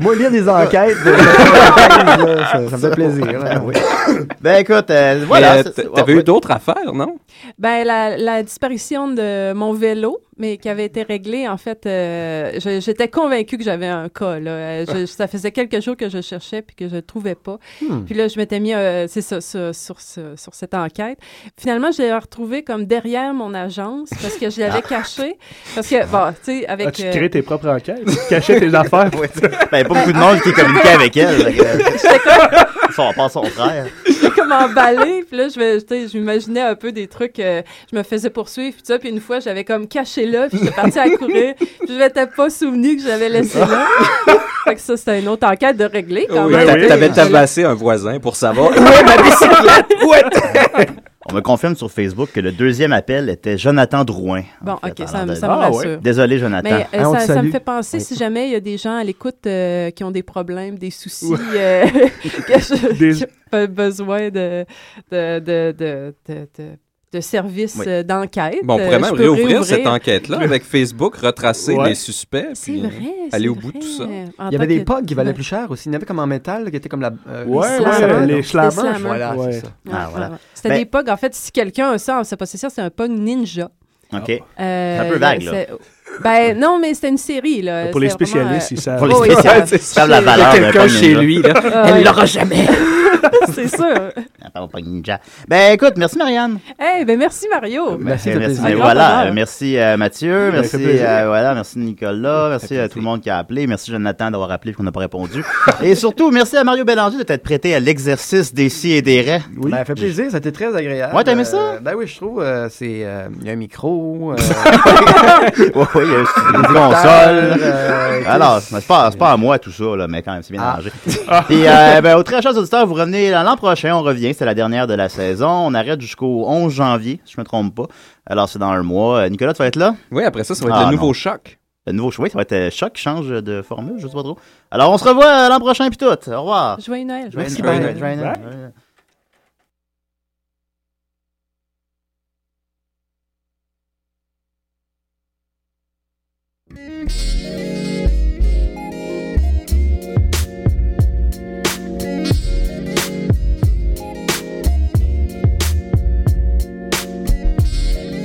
Moi, lire des enquêtes, de- *laughs* ça, ça me fait plaisir. hein, là. *laughs* Ben écoute, euh, Voilà. voilà. c'est- T'avais eu d'autres affaires, non? Ben, la, la disparition de mon vélo, mais qui avait été réglée, en fait, euh, je- j'étais convaincue que j'avais un cas. Là. Euh, *laughs* je- ça faisait quelques jours que je cherchais puis que je ne trouvais pas. Hmm. Puis là, je m'étais mis, euh, c'est ça, sur, sur, ce- sur cette enquête. Finalement, je l'ai retrouvé comme derrière mon agence parce que je l'avais Ah. caché. Parce que, bon, tu sais, avec... As-tu euh, créé tes propres enquêtes? Tu cachais *laughs* tes affaires? *laughs* Ben, pas beaucoup de monde qui communiquait avec elle. fait que- euh, *laughs* Son, pas son frère. j'étais comme emballée. Puis là, je me- tu sais, je m'imaginais un peu des trucs. euh, je me faisais poursuivre. Puis tout ça. Puis une fois, j'avais comme caché là. Puis j'étais partie à courir. Puis je m'étais pas souvenu que j'avais laissé là. fait que ça, c'était une autre enquête de régler quand Oui, même. t'a- T'avais Je- tabassé un voisin pour savoir où est ma bicyclette? Où est On me confirme sur Facebook que le deuxième appel était Jonathan Drouin. en Bon, fait, ok, en ça, me- l'antenne. ça me rassure. Désolé, Jonathan. Mais euh, ça, ça me fait penser, si jamais il y a des gens à l'écoute euh, qui ont des problèmes, des soucis, Ouais. euh, *laughs* que je- Des- qui ont besoin de, de, de, de, de- de- de services Oui. euh, d'enquête. *laughs* Bon, on euh, pourrait même je peux réouvrir, réouvrir. cette enquête-là avec Facebook, retracer Ouais. les suspects, C'est puis euh, vrai, aller c'est au bout de tout ça. vrai. En Il y avait tant des que- pogs qui valaient Ouais. plus cher aussi. Il y en avait comme en métal, là, qui étaient comme la. Ouais, euh, comment ouais, ça s'appelle, les donc? slammers. Slammers. Voilà, Ouais. c'est ça. Ouais, Ah, voilà. ouais, ouais. C'était Ben- des pogs. En fait, si quelqu'un a ça en sa possession, c'est un pog ninja. OK. Euh, C'est un peu vague, là. c'est- Ben non, mais c'était une série, là. Pour les C'était vraiment, spécialistes, euh, ils savent. oui, Pour les oui, spécialistes, c'est- ils savent la valeur Il y a d'un pog ninja. *laughs* *laughs* Ah, oui. c'est sûr. Ah, pardon, pas ninja. Ben écoute, merci Marianne. Eh, ben merci, Mario. Ben, merci. Un Ben, grand voilà, bonheur. euh, merci euh, Mathieu, Ça merci fait plaisir. euh, voilà, merci Nicolas, merci à tout le monde qui a appelé, merci Jonathan d'avoir appelé et qu'on n'a pas répondu. et surtout, merci à Mario Bélanger de t'être prêté à l'exercice des si et des raies. Oui. Ben, ça fait plaisir, ça a été très agréable. Ouais, t'as aimé ça? Euh, ben oui, je trouve, euh, c'est. euh, Il y a un micro. euh, oui, il y a une Des *laughs* console. écouteurs, euh, Alors, c'est pas, c'est pas à moi tout ça, là, mais quand même, c'est bien Ah. arrangé. Puis, euh, ben, aux très chers auditeurs, vous revenez l'an prochain, on revient, c'est la dernière de la saison. On arrête jusqu'au 11 janvier, si je me trompe pas. Alors, c'est dans un mois. Euh, Nicolas, tu vas être là? Oui, après ça, ça va Ah, être le nouveau choc. Le nouveau choc, oui, ça va être euh, choc, change de formule, je sais pas trop. Alors, on se revoit euh, l'an prochain, puis tout. Au revoir. Joyeux Noël. Joyeux Merci, Noël. Mario. Joyeux Noël. Joyeux Noël.